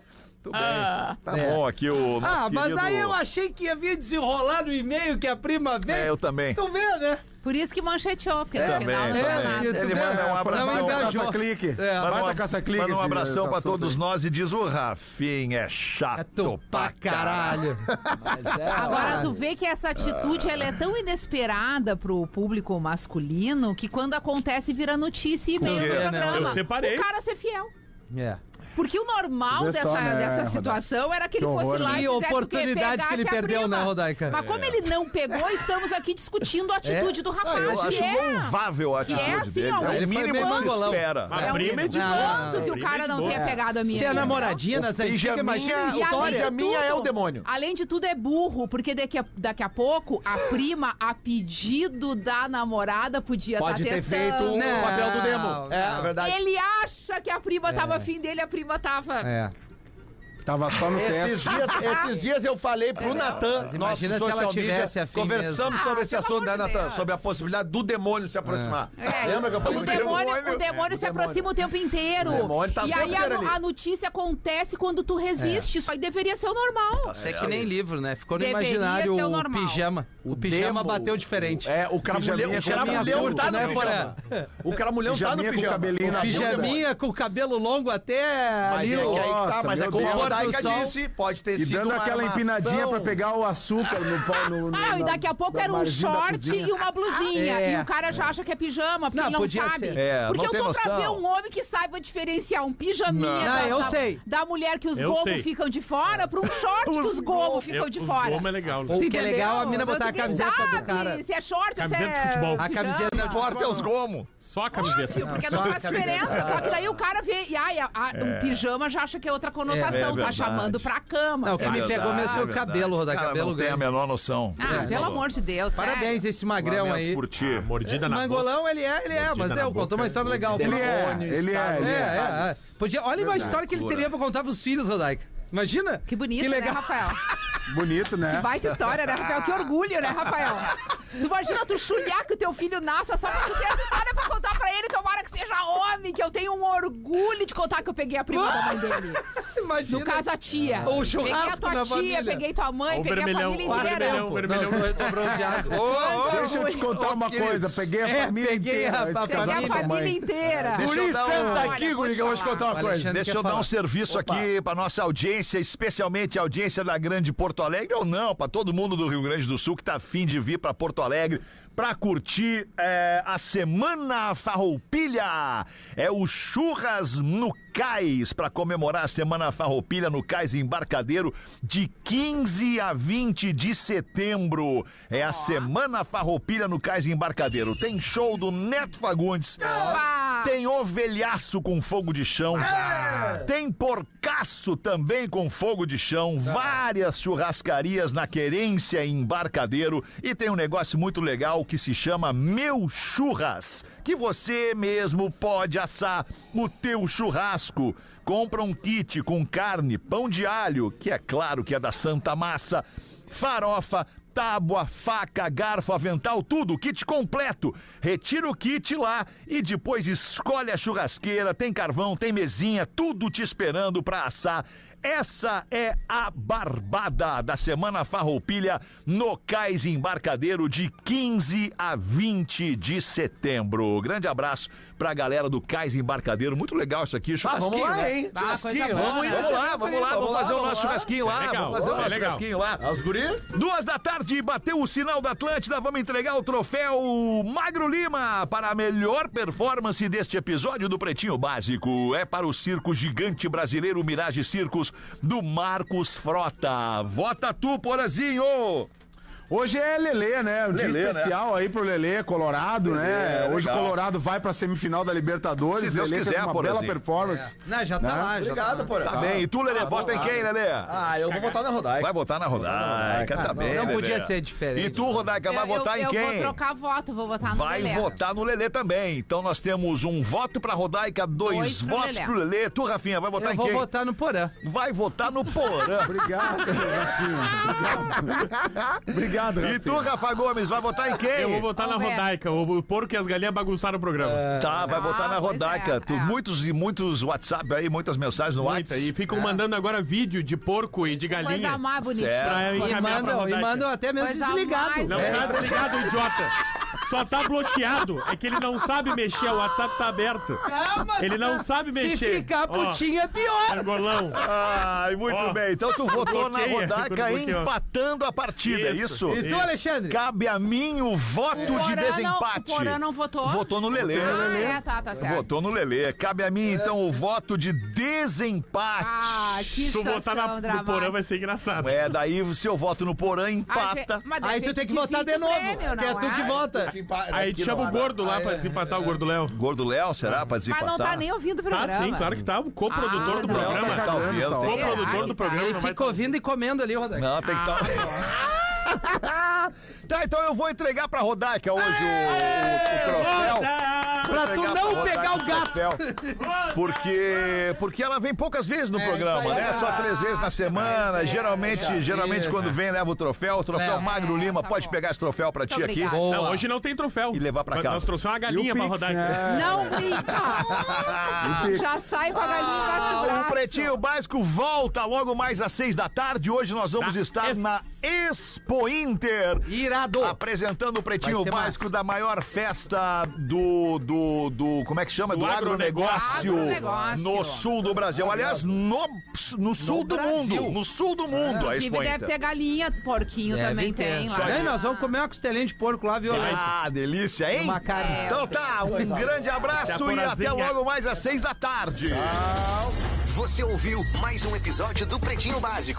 D: Ah.
C: Tá bom aqui o nosso
E: É. Ah, mas
C: querido-
E: aí eu achei que havia desenrolar no e-mail que a prima veio.
C: É, eu também.
E: Então vê, né?
D: Por isso que mancheteou,
E: É,
G: É,
D: porque no
C: Também,
D: final não
C: também.
D: deu nada.
E: tu
C: Ele
H: é,
E: vê,
C: manda um abração.
E: Não engajou.
H: Caça-clique.
E: É.
C: Manda
H: Vai
C: um-
H: da caça-clique.
C: Manda um
H: esse-
C: abração
H: esse
C: pra
H: assunto
C: todos
H: aí.
C: nós e diz o Rafinha é
E: É
C: chato
E: tu pra caralho. Mas é,
D: Agora,
E: olha.
D: tu vê que essa atitude ela é tão inesperada pro público masculino que quando acontece vira notícia e e-mail
E: vê,
D: do
E: né?
D: programa.
G: Eu separei.
D: O cara ser fiel.
E: É.
D: Porque o normal
H: Vê
D: dessa,
H: só, né,
D: dessa
H: Rodaica?
D: situação era que ele
H: Que
D: fosse
H: horror,
D: lá e
H: né?
E: Que
D: fizesse o quê?
E: oportunidade
D: Pegasse
E: que ele
D: a
E: perdeu,
D: prima.
E: né, Rodaica? É.
D: Mas
G: É.
D: como ele não pegou, estamos aqui discutindo a atitude
E: Ah,
D: do rapaz.
C: Ah, Eu
D: que
E: um
C: acho
D: é-
C: louvável a atitude
D: assim,
C: dele.
D: ó,
C: é
D: ele
C: o
D: foi
C: mínimo
D: meio
C: que se
E: mangolão.
C: espera.
G: Mas
D: é um
G: prima é de
E: Não,
G: boa.
D: espanto que o
G: Prima é
D: cara
G: de
D: não
G: boa.
D: tenha pegado a minha.
E: Se é
D: entendeu?
E: namoradinha nas antigas, imagina a
F: pijaminha-
D: E além de
E: história.
F: Pijaminha é
D: tudo-
F: o demônio.
D: Além de tudo, é burro, porque daqui a, daqui a pouco a prima, a pedido da namorada, podia estar
F: Pode ter
D: testando.
F: feito um- o
E: Não,
F: papel do demo.
E: não.
F: É, é verdade.
D: Ele acha que a
F: É.
D: prima tava afim dele, a prima tava.
E: É.
H: Tava só no
F: Esses
H: teste.
F: dias, esses dias eu falei pro Natan, nosso
E: imagina se ela
F: social media,
E: tivesse afim
F: conversamos sobre
D: Ah,
F: esse
D: pelo
F: assunto, né,
D: amor de
F: Natan?
D: Deus.
F: Sobre a possibilidade do demônio se aproximar.
D: É,
F: Lembra que eu falei
D: o,
F: do
D: demônio, o demônio
F: É,
D: se aproxima o tempo inteiro.
F: O demônio tá o
D: e
F: tempo
D: aí a,
F: inteiro
D: no-
F: ali. É.
D: a notícia acontece quando tu resiste. Isso aí deveria ser o
F: Tá
D: normal.
E: Isso é que nem livro, né? Ficou no
D: Deveria
E: imaginário
D: ser o
E: o
D: normal.
E: pijama. O, pijama
F: demo-
E: bateu diferente.
F: É, o cramulhão,
H: Pijaminha
F: o
H: com
F: cramulhão
H: cabelinho
F: tá
H: curto,
F: no
E: né,
F: pijama. O cramulhão tá no
H: Pijaminha com
F: pijama.
H: cabelinho
E: é,
H: na
F: O
H: bunda.
F: cramulhão-
E: Pijaminha com o cabelo longo até
F: Mas
E: ali.
F: é que aí que tá,
H: Nossa,
F: mas é
H: meu
F: como a
E: Deus.
F: Rodaica
E: Pôr do sol.
F: disse, pode ter
H: E
F: sido
H: dando
F: uma
H: aquela empinadinha
F: armação.
H: pra pegar o açúcar no pau. No, no-
D: Ah, e
H: na-
D: daqui a pouco
H: na
D: era um
H: margem da
D: short
H: cozinha.
D: e uma blusinha.
E: É.
D: E o cara já acha que é pijama, porque
E: Não,
D: ele não
E: podia
D: sabe.
E: ser.
C: É,
D: porque
C: não
D: eu
C: tem
D: tô pra
C: noção.
D: ver um homem que saiba diferenciar um pijaminha
E: Não.
D: da,
E: Não, eu
D: da-
E: sei.
D: da mulher que os
G: Eu
D: gomos
G: sei.
D: ficam de fora pra um short que os gomos ficam
G: Eu-
D: de
G: os
D: fora.
G: gomos é legal, né?
E: Ou
D: Tu
E: que é
D: entendeu?
E: legal a mina
D: Então,
E: botar a
D: ninguém
E: camiseta
D: sabe
E: do cara.
D: Se é short,
G: Camiseta
D: se
G: de
D: é
G: futebol.
E: A
D: pijama.
E: camiseta de futebol.
D: é
C: Corta os gomos.
G: Só a camiseta.
D: Porque não
E: Só a
D: faz
E: camiseta.
D: diferença, só que daí o cara vê, e ai, a- a- um pijama já acha que é outra
E: É, é
D: conotação, tá
C: verdade.
D: chamando pra cama.
E: Não, o que me
C: É
E: pegou
C: verdade,
E: mesmo foi
C: é
E: o
C: verdade.
E: cabelo, Rodaica.
C: Cara,
E: Cabelo
C: não tem a
E: grande.
C: menor noção.
D: Ah, pelo amor de Deus, sério.
E: é Parabéns esse magrão aí.
C: Por ti.
G: Ah, Mordida na boca.
E: Mangolão, ele é, ele é,
G: Mordida
E: mas
G: na
E: deu,
G: boca.
E: contou uma história legal.
H: Ele é, ele é,
E: É,
H: ele é.
E: é, é. Podia, olha uma história que ele teria pra contar pros filhos, Rodaica. Imagina.
D: Que bonito,
E: que
D: né,
E: legal.
D: Rafael?
H: Bonito, né?
D: Baita história, né, Rafael? Que orgulho, né, Rafael? Tu imagina tu chulhar que o teu filho nasça só pra tu ter essa história pra contar pra ele, tomara que seja homem, que eu tenho um orgulho de contar que eu peguei a prima da mãe dele.
E: Imagina.
D: No caso, a tia.
E: Ou o churrasco
D: Peguei a
E: na
D: tua tia,
E: família.
D: peguei tua mãe,
G: Ó, o
D: peguei a
G: vermelhão,
D: família
G: ó, o
D: inteira.
G: vermelhão.
E: Não, eu tô bronzeado.
H: Deixa eu te contar uma coisa. Peguei a
E: É,
H: família
E: peguei
H: inteira.
E: a-
H: antes de
E: a
H: casar
D: Peguei a
H: com
D: família
H: mamãe.
D: inteira.
C: Deixa eu
F: Guri,
C: dar um-
F: senta
D: Olha,
F: aqui,
D: vou
F: Guri,
D: te
F: que eu vou te
D: falar.
F: contar uma
E: O
F: coisa.
E: Alexandre
C: Deixa
E: quer
C: eu dar
E: falar.
C: um serviço aqui pra nossa audiência, especialmente a audiência da Grande Porto Alegre, ou não, pra todo mundo do Rio Grande do Sul que tá afim de vir pra Porto Alegre pra curtir é, a Semana Farroupilha. É o Churras no Cais, pra comemorar a Semana Farroupilha no Cais Embarcadeiro, de 15 a 20 de setembro. É a Semana Farroupilha no Cais Embarcadeiro. Tem show do Neto Fagundes.
D: Opa!
C: Tem ovelhaço com fogo de chão. Tem porcaço também com fogo de chão. Várias churrascarias na querência e embarcadeiro. E tem um negócio muito legal que se chama Meu Churras. Que você mesmo pode assar o teu churrasco. Compra um kit com carne, pão de alho, que é claro que é da Santa Massa, farofa, tábua, faca, garfo, avental, tudo, kit completo. Retira o kit lá e depois escolhe a churrasqueira, tem carvão, tem mesinha, tudo te esperando para assar. Essa é a barbada da Semana Farroupilha no Cais Embarcadeiro de 15 a 20 de setembro. Grande abraço pra galera do Cais Embarcadeiro. Muito legal isso aqui, churrasquinho,
F: Ah, vamos lá,
C: né?
F: hein?
D: Ah, coisa boa,
C: Vamos,
D: né?
C: vamos lá, vamos lá, vamos fazer o nosso churrasquinho
G: Isso é
C: lá,
G: legal,
C: vamos fazer o
G: isso é
C: nosso
G: legal.
C: churrasquinho lá.
F: Os guri?
C: Duas da tarde, bateu o sinal da Atlântida, vamos entregar o troféu Magro Lima para a melhor performance deste episódio do Pretinho Básico. É para o circo gigante brasileiro Mirage Circos, do Marcos Frota. Vota tu, Porazinho!
H: Hoje é Lelê, né? Um
F: Lelê,
H: dia
F: né?
H: especial aí pro Lelê, Colorado,
F: é
H: né? Hoje o
F: legal.
H: Colorado vai pra semifinal da Libertadores.
C: Se Deus
H: Lelê fez
C: quiser,
H: uma
C: Porazinho.
H: bela performance.
E: Não, já tá
H: Né?
E: lá, já tá lá.
F: Obrigado, porra.
C: Tá bem, e tu, Lelê, vota em quem, Lelê?
F: Ah, eu vou votar na Rodaica.
C: Vai votar na Rodaica, tá bem,
E: não
C: Lelê.
E: podia ser diferente.
C: E tu, Rodaica, vai
D: eu,
C: votar
D: eu,
C: em quem?
D: Eu vou trocar voto, vou votar no
C: Vai
D: Lelé.
C: votar no Lelê também. Então nós temos um voto pra Rodaica, dois,
D: Dois pro
C: votos
D: Lelê.
C: pro Lelê. Tu, Rafinha, vai votar
E: Eu
C: em
E: vou
C: quem?
E: votar no Porã.
C: Vai votar no Porã.
H: Obrigado, Rafinha. Obrigado. Obrigado,
C: e tu,
H: Rafinha.
C: Rafa Gomes, vai votar em quem?
G: Eu vou botar na
D: Vamos ver.
G: Rodaica, o porco e as galinhas bagunçaram o programa.
C: Tá, vai
D: Ah,
C: votar na
D: pois
C: Rodaica.
D: é,
C: Tu-
D: é.
C: Muitos e muitos WhatsApp aí, muitas mensagens no
G: Muita,
C: WhatsApp.
G: e ficam mandando agora vídeo de porco e de galinha.
D: Coisa mais bonita.
G: Pra
E: E
G: encaminhar pra
E: mandam, e
G: Rodaica.
E: mandam até mesmo
D: Coisa
E: desligado.
D: mais-
G: Não
D: É.
G: tá desligado, idiota. Só tá bloqueado. É que ele não sabe mexer, o WhatsApp tá aberto.
E: Ah, mas
G: Ele não sabe
E: Se
G: mexer.
E: ficar
G: Ó.
E: putinho é pior.
G: Argolão.
C: Ai, muito
G: Ó.
C: bem. Então tu votou na
G: Bloqueia,
C: Rodaica
G: quando bloqueou.
C: empatando a partida, é isso?
G: Isso.
E: E tu, Alexandre?
C: Cabe a mim o voto
D: O
C: de
D: Porã
C: desempate.
D: Não, o Porã não votou?
C: Votou no Lelê.
D: Ah, é, tá, tá certo.
C: Votou no Lelê. Cabe a mim, então, o voto de desempate.
D: Ah, que
G: Se tu
D: situação
G: votar na, no
D: dramática.
G: porão vai ser engraçado.
C: É, daí se eu voto no Porã,
D: Ah, gente,
C: empata.
D: mas
E: Aí
D: deixa
E: tu tem que
D: dividir
E: votar de
D: o
E: novo.
D: prêmio,
E: que é
D: não
E: tu que vota.
G: Aí te chama o gordo lá pra desempatar o gordo Léo.
C: Gordo Léo, será? Pra
D: Mas
C: desempatar?
D: não tá nem ouvindo o
G: Tá
D: programa.
G: sim, claro que tá. O
D: Ah,
G: coprodutor do
D: não.
G: programa.
C: Tá ouvindo,
H: Tá
C: tem-
H: ouvindo,
G: coprodutor do programa
E: Ele
G: não vai
E: fica ouvindo e comendo ali, Rodaica.
C: Não, tem que estar. tá, então eu vou entregar pra Rodaica hoje o, o- o troféu.
E: Pra tu
C: Entregar
E: não
C: Rodaica
E: pegar o gato.
C: troféu, Porque, porque ela vem poucas vezes no
E: É,
C: programa,
E: isso aí,
C: né?
E: é.
C: Só três vezes na semana. geralmente, geralmente quando vem, leva o troféu. O troféu
E: É.
C: Magro
D: É,
C: Lima.
D: tá
C: pode
D: bom.
C: pegar esse troféu pra ti aqui.
D: obrigada.
G: Não, hoje não tem troféu.
C: E levar pra
G: Mas
C: casa.
G: Nós trouxemos uma
H: E o
G: galinha pra
H: Pix,
G: rodar
H: né?
D: Não brinca. Já sai com a galinha embaixo do
C: Ah,
D: braço.
C: o Pretinho Básico volta logo mais às seis da tarde. Hoje nós vamos
G: Da
C: estar
G: Ex-
C: na Expo Inter.
E: Irado.
C: Tá Apresentando o Pretinho
E: Vai ser
C: Básico
E: massa.
C: da maior festa do, do, do. Como é que chama?
G: Do
C: Do, agronegócio,
D: agronegócio.
C: No sul do Brasil. Aliás, no, no sul do
E: Brasil.
C: mundo. No sul do mundo. a
D: Inclusive
C: Expo
D: deve
C: Inter.
D: ter galinha, porquinho
E: Deve
D: também
E: ter.
D: tem lá.
E: Não, e nós vamos comer uma costelinha de porco lá, violento.
C: Ah, delícia, hein?
E: Uma carne. é.
C: Então tá, um grande abraço e até
G: porazinha.
C: logo mais às seis da tarde.
J: Você ouviu mais um episódio do Pretinho Básico.